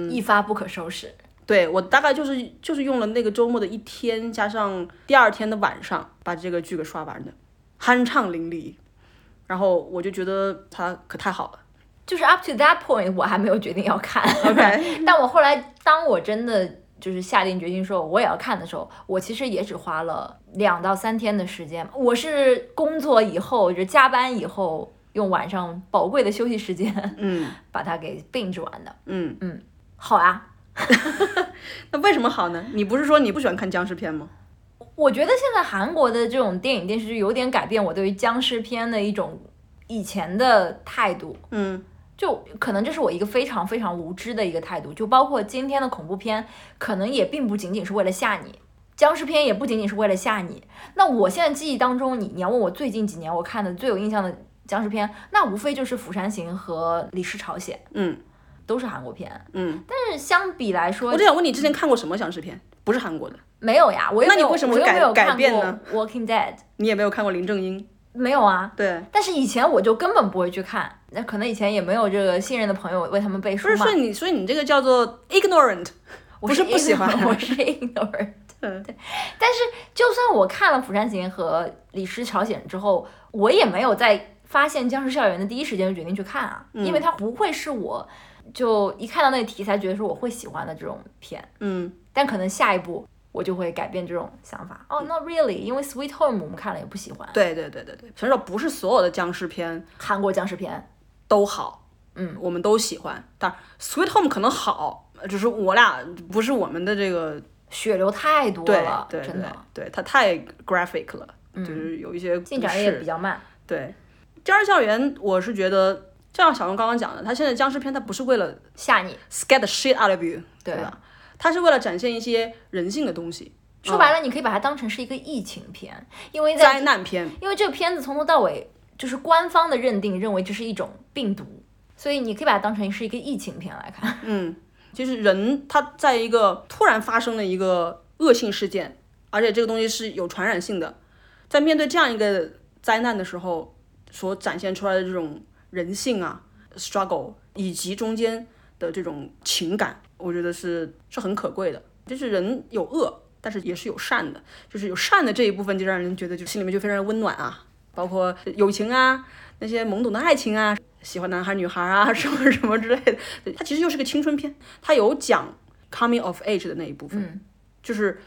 Speaker 2: 一发不可收拾。
Speaker 1: 对我大概就是就是用了那个周末的一天，加上第二天的晚上，把这个剧给刷完的，酣畅淋漓。然后我就觉得它可太 好了。
Speaker 2: 就是 up to that point，我还没有决定要看。
Speaker 1: OK，
Speaker 2: 但我后来，当我真的就是下定决心说我也要看的时候，我其实也只花了两到三天的时间。我是工作以后，就是加班以后，用晚上宝贵的休息时间
Speaker 1: 嗯
Speaker 2: 把它给 binge 完的。
Speaker 1: 嗯，
Speaker 2: 好啊，
Speaker 1: 那为什么好呢？你不是说你不喜欢看僵尸片吗？
Speaker 2: 我觉得现在韩国的这种电影电视剧有点改变我对于僵尸片的一种以前的态度。
Speaker 1: 嗯
Speaker 2: 就可能这是我一个非常非常无知的一个态度，就包括今天的恐怖片，可能也并不仅仅是为了吓你，僵尸片也不仅仅是为了吓你。那我现在记忆当中，你你要问我最近几年我看的最有印象的僵尸片，那无非就是《釜山行》和《李氏朝鲜》，
Speaker 1: 嗯
Speaker 2: 都是韩国片。
Speaker 1: 嗯，
Speaker 2: 但是相比来说
Speaker 1: 我，就想问你之前看过什么僵尸片？不是韩国的，
Speaker 2: 没有呀，我又
Speaker 1: 那
Speaker 2: 没
Speaker 1: 你
Speaker 2: 有，
Speaker 1: 为什么会
Speaker 2: 我又
Speaker 1: 改
Speaker 2: 没有
Speaker 1: 改
Speaker 2: 看过
Speaker 1: 变
Speaker 2: 《
Speaker 1: 呢
Speaker 2: Walking Dead》？
Speaker 1: 你也没有看过林正英。
Speaker 2: 没有啊。
Speaker 1: 对，
Speaker 2: 但是以前我就根本不会去看，那可能以前也没有这个信任的朋友为他们背书
Speaker 1: 不是，
Speaker 2: 嘛
Speaker 1: 所。以你所以你这个叫做 ignorant。
Speaker 2: 我
Speaker 1: 不是不喜欢啊
Speaker 2: ignorant，我 是 ignorant。
Speaker 1: 嗯
Speaker 2: 就算我看了《釜山行》和《李氏朝鲜》之后，我也没有在发现《僵尸校园》的第一时间就决定去看啊，
Speaker 1: 嗯
Speaker 2: 因为它不会是我就一看到那个题材觉得说我会喜欢的这种片，
Speaker 1: 嗯
Speaker 2: 但可能下一步我就会改变这种想法。哦、n
Speaker 1: 嗯
Speaker 2: o t really，因为《Sweet Home》我们看了也不喜欢，
Speaker 1: 对对对对对，虽然说不是所有的僵尸片
Speaker 2: 韩国僵尸片
Speaker 1: 都好，
Speaker 2: 嗯，
Speaker 1: 我们都喜欢。但是 Sweet Home 可能好，就是我俩不是我们的这个
Speaker 2: 血流太多
Speaker 1: 对
Speaker 2: 了，
Speaker 1: 对
Speaker 2: 真
Speaker 1: 对
Speaker 2: 的嗯
Speaker 1: 对，它太 graphic 了，就是有一些
Speaker 2: 进展也
Speaker 1: 不
Speaker 2: 比
Speaker 1: 适
Speaker 2: 较慢。
Speaker 1: 对。僵尸校园，我是觉得就像小龙刚刚讲的，他现在僵尸片他不是为了
Speaker 2: 吓你，
Speaker 1: scare the shit out of you，
Speaker 2: 对
Speaker 1: 吧？他是为了展现一些人性的东西，
Speaker 2: 说白了，
Speaker 1: 嗯
Speaker 2: 你可以把它当成是一个疫情片，因为在
Speaker 1: 灾难片。
Speaker 2: 因为这个片子从头到尾就是官方的认定，认为这是一种病毒，所以你可以把它当成是一个疫情片来看。
Speaker 1: 嗯，就是人他在一个突然发生的一个恶性事件，而且这个东西是有传染性的，在面对这样一个灾难的时候，所展现出来的这种人性啊，struggle 以及中间的这种情感，我觉得是是很可贵的。就是人有恶，但是也是有善的，就是有善的这一部分，就让人觉得就心里面就非常温暖啊，包括友情啊，那些懵懂的爱情啊，喜欢男孩女孩啊， 什么什么之类的。对它其实又是个青春片，它有讲 coming of age 的那一部分，
Speaker 2: 嗯
Speaker 1: 就是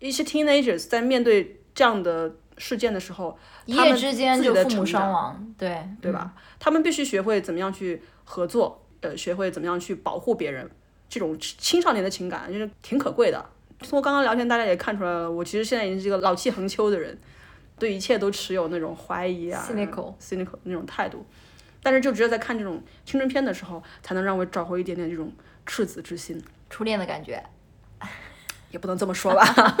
Speaker 1: 一些 teenagers 在面对这样的事件的时候，
Speaker 2: 一
Speaker 1: 他
Speaker 2: 夜
Speaker 1: 们
Speaker 2: 之间
Speaker 1: 自己
Speaker 2: 就
Speaker 1: 的
Speaker 2: 父母
Speaker 1: 成
Speaker 2: 双
Speaker 1: 长
Speaker 2: 亡，对
Speaker 1: 对吧？他们必须学会怎么样去合作，呃，学会怎么样去保护别人，这种青少年的情感，就是挺可贵的。通过刚刚聊天，大家也看出来了，我其实现在已经是一个老气横秋的人，对一切都持有那种怀疑啊
Speaker 2: Cynical
Speaker 1: cynical 那种态度。但是就只有在看这种青春片的时候，才能让我找回一点点这种赤子之心，
Speaker 2: 初恋的感觉。
Speaker 1: 也不能这么说吧。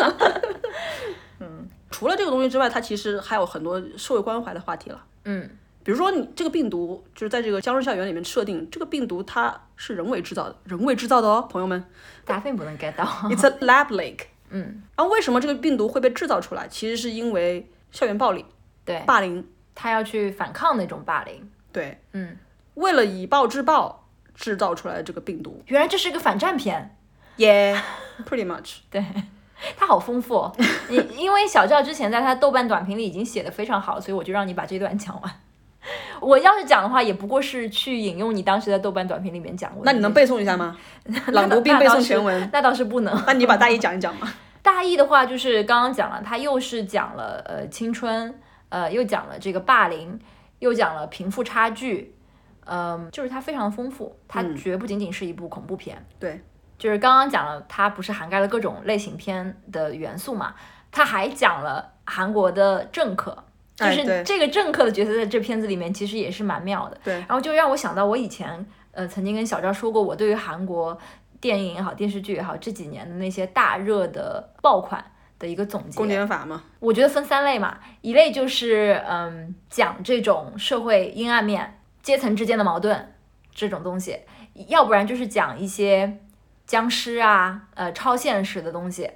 Speaker 1: 嗯，除了这个东西之外，它其实还有很多社会关怀的话题了。
Speaker 2: 嗯，
Speaker 1: 比如说，你这个病毒就是在这个僵尸校园里面设定，这个病毒它是人为制造的，人为制造的哦，朋友们
Speaker 2: 大家并不能 get 到。
Speaker 1: ，It's a lab leak。
Speaker 2: 哦 嗯，
Speaker 1: 然后为什么这个病毒会被制造出来？其实是因为校园暴力、
Speaker 2: 对
Speaker 1: 霸凌，
Speaker 2: 他要去反抗那种霸凌。
Speaker 1: 对，
Speaker 2: 嗯，
Speaker 1: 为了以暴制暴制造出来的这个病毒，
Speaker 2: 原来这是个反战片，
Speaker 1: 耶、yeah,，pretty much，
Speaker 2: 它好丰富、哦。你因为小赵之前在他豆瓣短评里已经写的非常好，所以我就让你把这段讲完。我要是讲的话，也不过是去引用你当时在豆瓣短评里面讲过
Speaker 1: 那
Speaker 2: 的这
Speaker 1: 你
Speaker 2: 些。
Speaker 1: 能背诵一下吗？朗读并
Speaker 2: 那
Speaker 1: 背
Speaker 2: 倒
Speaker 1: 诵
Speaker 2: 是
Speaker 1: 全 文。
Speaker 2: 那倒是不能。
Speaker 1: 那你把大意讲一讲 嘛。
Speaker 2: 大意的话就是刚刚讲了，他又是讲了呃青春，呃又讲了这个霸凌，又讲了贫富差距，嗯、就是它非常丰富，它绝不仅仅是一部恐怖片。
Speaker 1: 嗯对，
Speaker 2: 就是刚刚讲了，它不是涵盖了各种类型片的元素嘛，它还讲了韩国的政客。就
Speaker 1: 哎
Speaker 2: 是
Speaker 1: 对
Speaker 2: 这个政客的角色在这片子里面其实也是蛮妙的，
Speaker 1: 对
Speaker 2: 然后就让我想到我以前呃曾经跟小赵说过，我对于韩国电影也好、电视剧也好，这几年的那些大热的爆款的一个总
Speaker 1: 公
Speaker 2: 结。
Speaker 1: 检法嘛，
Speaker 2: 我觉得分三类嘛，一类就是嗯讲这种社会阴暗面、阶层之间的矛盾这种东西，要不然就是讲一些僵尸啊、呃超现实的东西。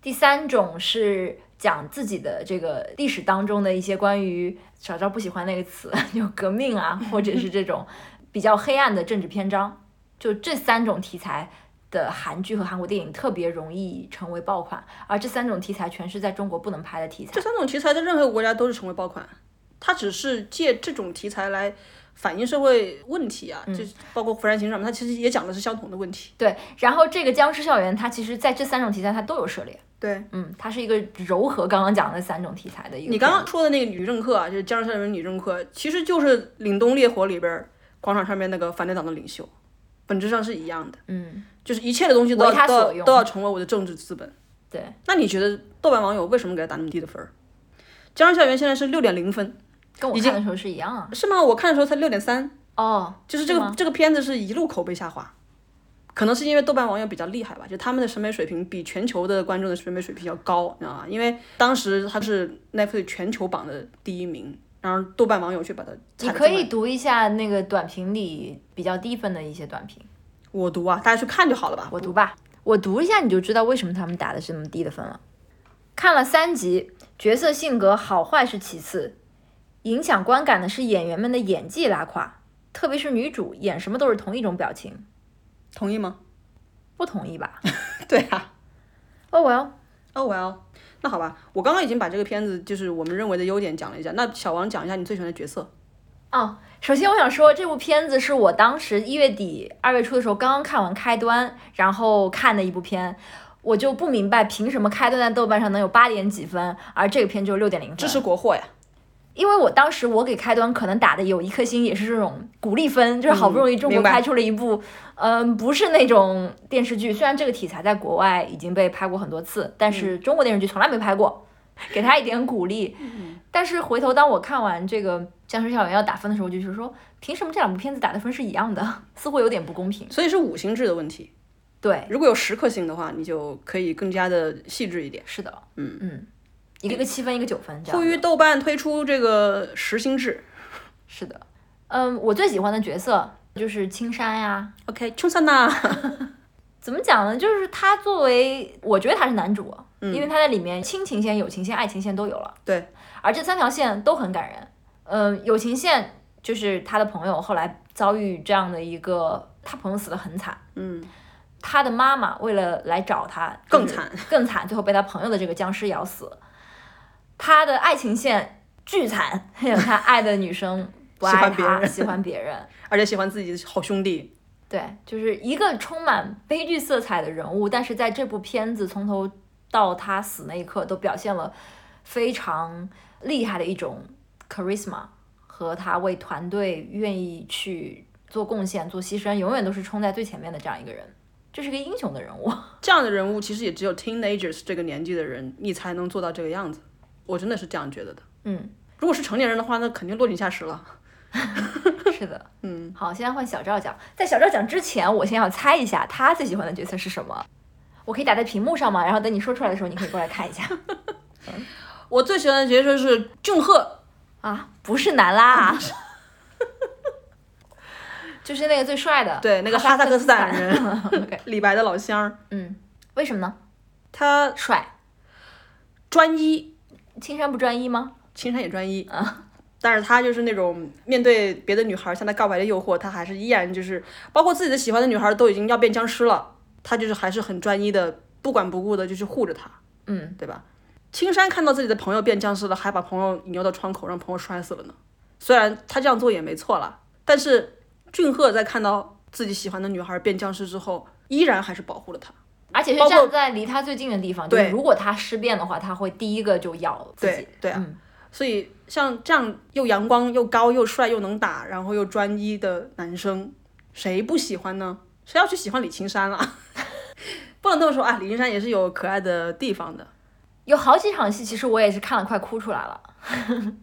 Speaker 2: 第三种是讲自己的这个历史当中的一些关于小赵不喜欢那个词， 就革命啊，或者是这种比较黑暗的政治篇章。就这三种题材的韩剧和韩国电影特别容易成为爆款，而这三种题材全是在中国不能拍的题材
Speaker 1: 这。三种题材在任何国家都是成为爆款，它只是借这种题材来反映社会问题啊，
Speaker 2: 嗯
Speaker 1: 就是包括《釜山行》上面，它其实也讲的是相同的问题。
Speaker 2: 对，然后这个僵尸校园，它其实在这三种题材它都有涉猎。
Speaker 1: 对
Speaker 2: 嗯，它是一个糅合刚刚讲的三种题材的一个片子。
Speaker 1: 你刚刚说的那个女政客啊，就是《僵尸校园》女政客，其实就是《凛冬烈火》里边儿广场上面那个反对党的领袖，本质上是一样的，
Speaker 2: 嗯，
Speaker 1: 就是一切的东西都
Speaker 2: 为
Speaker 1: 要
Speaker 2: 他
Speaker 1: 都
Speaker 2: 所用
Speaker 1: 要都要成为我的政治资本。
Speaker 2: 对，
Speaker 1: 那你觉得豆瓣网友为什么给他打那么低的分儿？《僵尸校园》现在是六点零分，
Speaker 2: 跟我
Speaker 1: 已
Speaker 2: 看的时候是一样啊。
Speaker 1: 是吗？我看的时候才六点三，
Speaker 2: 哦，
Speaker 1: 就是这
Speaker 2: 吗
Speaker 1: 个这个片子是一路口碑下滑，可能是因为豆瓣网友比较厉害吧，就他们的审美水平比全球的观众的审美水平要高，你知道吗？因为当时它是 Netflix 全球榜的第一名，然后豆瓣网友去把它
Speaker 2: 你
Speaker 1: 踩得
Speaker 2: 可
Speaker 1: 这么
Speaker 2: 以读一下那个短评里比较低分的一些短评，
Speaker 1: 我读啊，大家去看就好了吧。
Speaker 2: 我读吧，我读一下你就知道为什么他们打的是那么低的分了。看了三集，角色性格好坏是其次，影响观感的是演员们的演技拉胯，特别是女主演什么都是同一种表情，
Speaker 1: 同意吗？
Speaker 2: 不同意吧
Speaker 1: 对啊。
Speaker 2: 哦我要
Speaker 1: 哦、well，那好吧，我刚刚已经把这个片子就是我们认为的优点讲了一下。那小王讲一下你最喜欢的角色。
Speaker 2: 哦，首先我想说，这部片子是我当时一月底、二月初的时候刚刚看完开端，然后看的一部片。我就不明白，凭什么开端在豆瓣上能有八点几分，而这个片就六点零分？
Speaker 1: 支持国货呀，
Speaker 2: 因为我当时我给开端可能打的有一颗星，也是这种鼓励分，就是好不容易中国
Speaker 1: 明白
Speaker 2: 拍出了一部，嗯、不是那种电视剧，虽然这个题材在国外已经被拍过很多次，但是中国电视剧从来没拍过，给他一点鼓励。但是回头当我看完这个《僵尸校园》要打分的时候，就是说，凭什么这两部片子打的分是一样的？似乎有点不公平。
Speaker 1: 所以是五星制的问题。
Speaker 2: 对，
Speaker 1: 如果有十颗星的话，你就可以更加的细致一点。
Speaker 2: 是的，嗯嗯，一个个七分，一个九分，这
Speaker 1: 迫
Speaker 2: 样子。
Speaker 1: 于豆瓣推出这个实星制
Speaker 2: 是的，嗯，我最喜欢的角色就是青山呀、
Speaker 1: ，OK，冲散呐，
Speaker 2: 怎么讲呢？就是他作为，我觉得他是男主，因为他在里面亲情线、友情线、爱情线都有了，
Speaker 1: 嗯对，
Speaker 2: 而这三条线都很感人。嗯，友情线就是他的朋友后来遭遇这样的一个，他朋友死得很惨，
Speaker 1: 嗯，
Speaker 2: 他的妈妈为了来找他，
Speaker 1: 更惨，
Speaker 2: 更惨，最后被他朋友的这个僵尸咬死。他的爱情线巨惨， 他爱的女生不
Speaker 1: 喜
Speaker 2: 爱
Speaker 1: 欢别
Speaker 2: 他，
Speaker 1: 人
Speaker 2: 喜欢别人，
Speaker 1: 而且喜欢自己的好兄弟，
Speaker 2: 对，就是一个充满悲剧色彩的人物，但是在这部片子从头到他死那一刻，都表现了非常厉害的一种 charisma 和他为团队愿意去做贡献、做牺牲，永远都是冲在最前面的这样一个人。这是个英雄的人物。
Speaker 1: 这样的人物其实也只有 teenagers 这个年纪的人，你才能做到这个样子。我真的是这样觉得的。
Speaker 2: 嗯，
Speaker 1: 如果是成年人的话，那肯定落井下石了。
Speaker 2: 是的，嗯。好，现在换小赵讲。在小赵讲之前，我先要猜一下他最喜欢的角色是什么。我可以打在屏幕上吗？然后等你说出来的时候，你可以过来看一下。
Speaker 1: 我最喜欢的角色是俊赫，
Speaker 2: 啊，不是南拉、啊， 就是那个最帅的，
Speaker 1: 对那个哈萨克斯坦人，
Speaker 2: OK，
Speaker 1: 李白的老乡儿，
Speaker 2: 嗯，为什么呢？
Speaker 1: 他
Speaker 2: 帅，
Speaker 1: 专一，
Speaker 2: 青山不专一吗？
Speaker 1: 青山也专一但是他就是那种面对别的女孩向他告白的诱惑，他还是依然就是，包括自己的喜欢的女孩都已经要变僵尸了，他就是还是很专一的，不管不顾的，就是护着她，
Speaker 2: 嗯，
Speaker 1: 对吧？青山看到自己的朋友变僵尸了，还把朋友引诱到窗口，让朋友摔死了呢。虽然他这样做也没错啦，但是俊赫在看到自己喜欢的女孩变僵尸之后，依然还是保护了她。
Speaker 2: 而且
Speaker 1: 包
Speaker 2: 是
Speaker 1: 括
Speaker 2: 站在离他最近的地方，就是
Speaker 1: 对
Speaker 2: 如果他尸变的话，他会第一个就咬自己
Speaker 1: 对。对啊，
Speaker 2: 嗯
Speaker 1: 所以像这样又阳光又高又帅又能打，然后又专一的男生，谁不喜欢呢？谁要去喜欢李青山啊？ 不能这么说啊，李青山也是有可爱的地方的。
Speaker 2: 有好几场戏，其实我也是看了快哭出来了。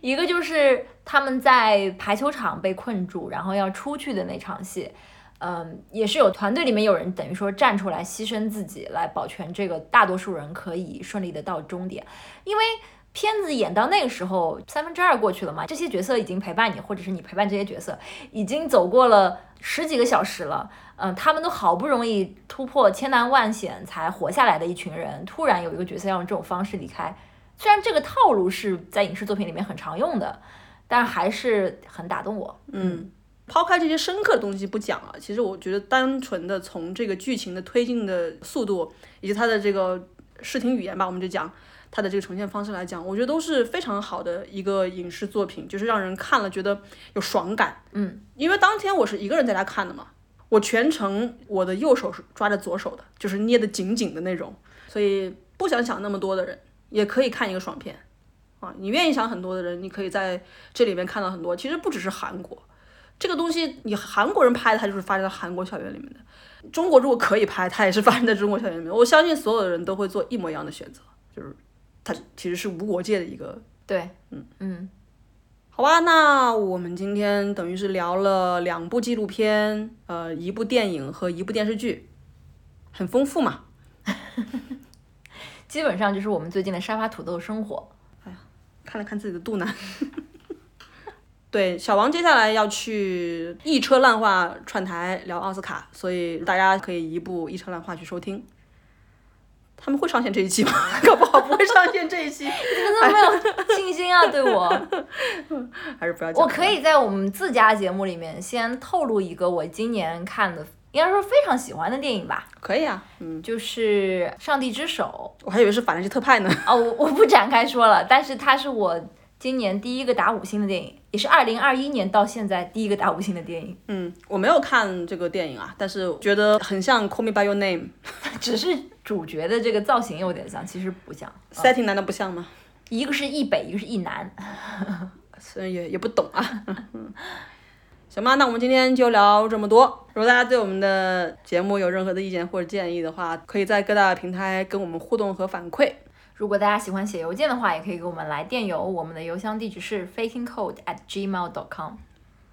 Speaker 2: 一个就是他们在排球场被困住，然后要出去的那场戏，嗯，也是有团队里面有人等于说站出来牺牲自己，来保全这个大多数人可以顺利的到终点。因为片子演到那个时候，三分之二过去了嘛，这些角色已经陪伴你，或者是你陪伴这些角色，已经走过了十几个小时了。嗯，他们都好不容易突破千难万险才活下来的一群人，突然有一个角色要用这种方式离开，虽然这个套路是在影视作品里面很常用的，但还是很打动我。
Speaker 1: 嗯，抛开这些深刻的东西不讲啊，其实我觉得单纯的从这个剧情的推进的速度，以及它的这个视听语言吧，我们就讲它的这个呈现方式来讲，我觉得都是非常好的一个影视作品，就是让人看了觉得有爽感。
Speaker 2: 嗯，
Speaker 1: 因为当天我是一个人在家看的嘛，我全程我的右手是抓着左手的，就是捏得紧紧的那种，所以不想想那么多的人也可以看一个爽片。啊，你愿意想很多的人，你可以在这里面看到很多。其实不只是韩国，这个东西你韩国人拍的，它就是发生在韩国校园里面的。中国如果可以拍，它也是发生在中国校园里面。我相信所有的人都会做一模一样的选择，就是它其实是无国界的一个。
Speaker 2: 对，嗯嗯，
Speaker 1: 好吧，那我们今天等于是聊了两部纪录片，呃，一部电影和一部电视剧，很丰富嘛。
Speaker 2: 基本上就是我们最近的沙发土豆生活。
Speaker 1: 看了看自己的肚腩。 对，小王接下来要去一车烂话串台聊奥斯卡，所以大家可以移步一车烂话去收听。他们会上线这一期吗？ 搞不好不会上线这一期，
Speaker 2: 你们怎么没有信心啊？对我，
Speaker 1: 还是不要讲。
Speaker 2: 我可。以在我们自家节目里面先透露一个我今年看的，应该说非常喜欢的电影吧，
Speaker 1: 可以啊，嗯，
Speaker 2: 就是《上帝之手》。
Speaker 1: 我还以为是法兰西特派呢。
Speaker 2: 哦，我我不展开说了，但是它是我今年第一个打五星的电影，也是二零二一年到现在第一个打五星的电影，
Speaker 1: 嗯，我没有看这个电影啊，但是觉得很像《Call Me by Your Name
Speaker 2: 只是主角的这个造型有点像，其实不像，》
Speaker 1: setting，难道不像吗？
Speaker 2: 一个是一北，一个是一南。
Speaker 1: 虽然也也不懂啊。 嗯，行吧，那我们今天就聊这么多。如果大家对我们的节目有任何的意见或者建议的话，可以在各大平台跟我们互动和反馈。
Speaker 2: 如果大家喜欢写邮件的话，也可以给我们来电邮，我们的邮箱地址是 fakingcode at gmail.com。
Speaker 1: 好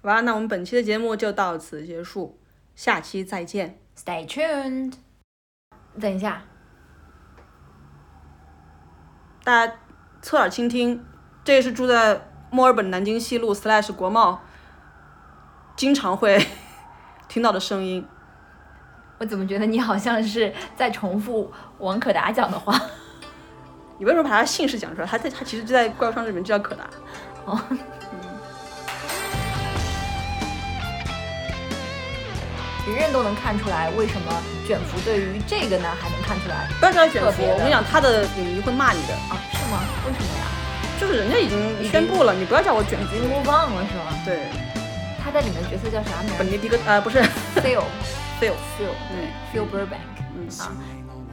Speaker 1: 吧，那我们本期的节目就到此结束，下期再见。
Speaker 2: Stay tuned。等一下，
Speaker 1: 大家侧耳倾听，这是住在墨尔本南京西路 slash 国贸经常会听到的声音。
Speaker 2: 我怎么觉得你好像是在重复王可达讲的话？
Speaker 1: 你为什么把他姓氏讲出来？他在他其实就在怪物商城里面就叫可达。
Speaker 2: 人人都能看出来为什么卷福对于这个呢还能看出来
Speaker 1: 不要叫他卷
Speaker 2: 特
Speaker 1: 福，
Speaker 2: 别的
Speaker 1: 我跟你讲，他的影迷会骂你的。
Speaker 2: 啊？是吗？为什么呀？
Speaker 1: 就是人家已经嗯宣布了，你不要叫我卷
Speaker 2: 已
Speaker 1: 福。
Speaker 2: 经 move on 了是吗？
Speaker 1: 对，
Speaker 2: 他在里面的角色叫啥名
Speaker 1: 本尼迪克呃不是
Speaker 2: ？Phil
Speaker 1: Phil，
Speaker 2: Phil
Speaker 1: 嗯，
Speaker 2: Phil Burbank 啊，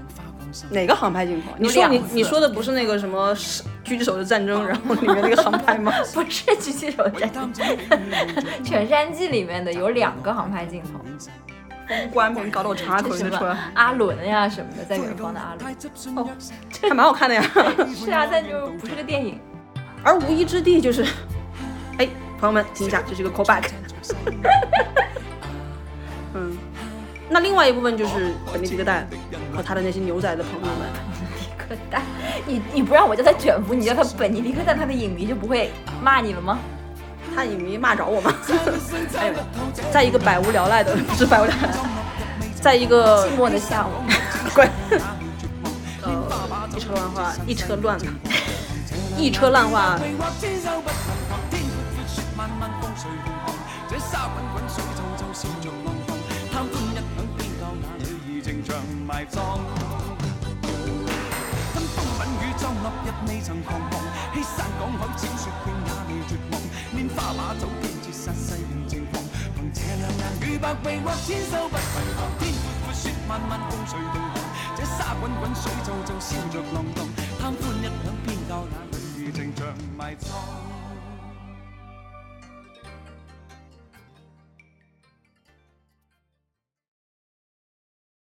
Speaker 1: 哪个航拍镜头？你
Speaker 2: 有
Speaker 1: 说
Speaker 2: 两
Speaker 1: 你
Speaker 2: 次
Speaker 1: 你说的不是那个什么是狙击手的战争，然后里面那个航拍 吗？
Speaker 2: 不是狙击手战，《犬山记》里面的有两个航拍镜头。
Speaker 1: 封关被人搞得我肠
Speaker 2: 这
Speaker 1: 儿疼
Speaker 2: 什
Speaker 1: 就出来
Speaker 2: 么
Speaker 1: 了，
Speaker 2: 阿伦呀什么的，在远方的阿伦。
Speaker 1: 哦还蛮好看的 呀。
Speaker 2: 是啊，但就不是个电影。
Speaker 1: 而无依之地 就是，哎，朋友们听一下，这是一个 callback。嗯，那另外一部分就是本尼迪克蛋和哦他的那些牛仔的朋友们。
Speaker 2: 可蛋，你你不让我叫他卷福，你叫他本尼迪克蛋，他的影迷就不会骂你了吗？
Speaker 1: 他影迷骂着我嘛， 哎呦，在一个百无聊赖的，不是百无聊赖，在一个
Speaker 2: 寂寞的下午，
Speaker 1: 滚，呃，一车乱话，一车乱，一车烂话，
Speaker 3: 千手不能防，天闊闊雪漫漫，風水動寒。這沙滾滾水動寒，這沙滾滾水動寒，貪歡一晌偏教那女兒情長埋葬。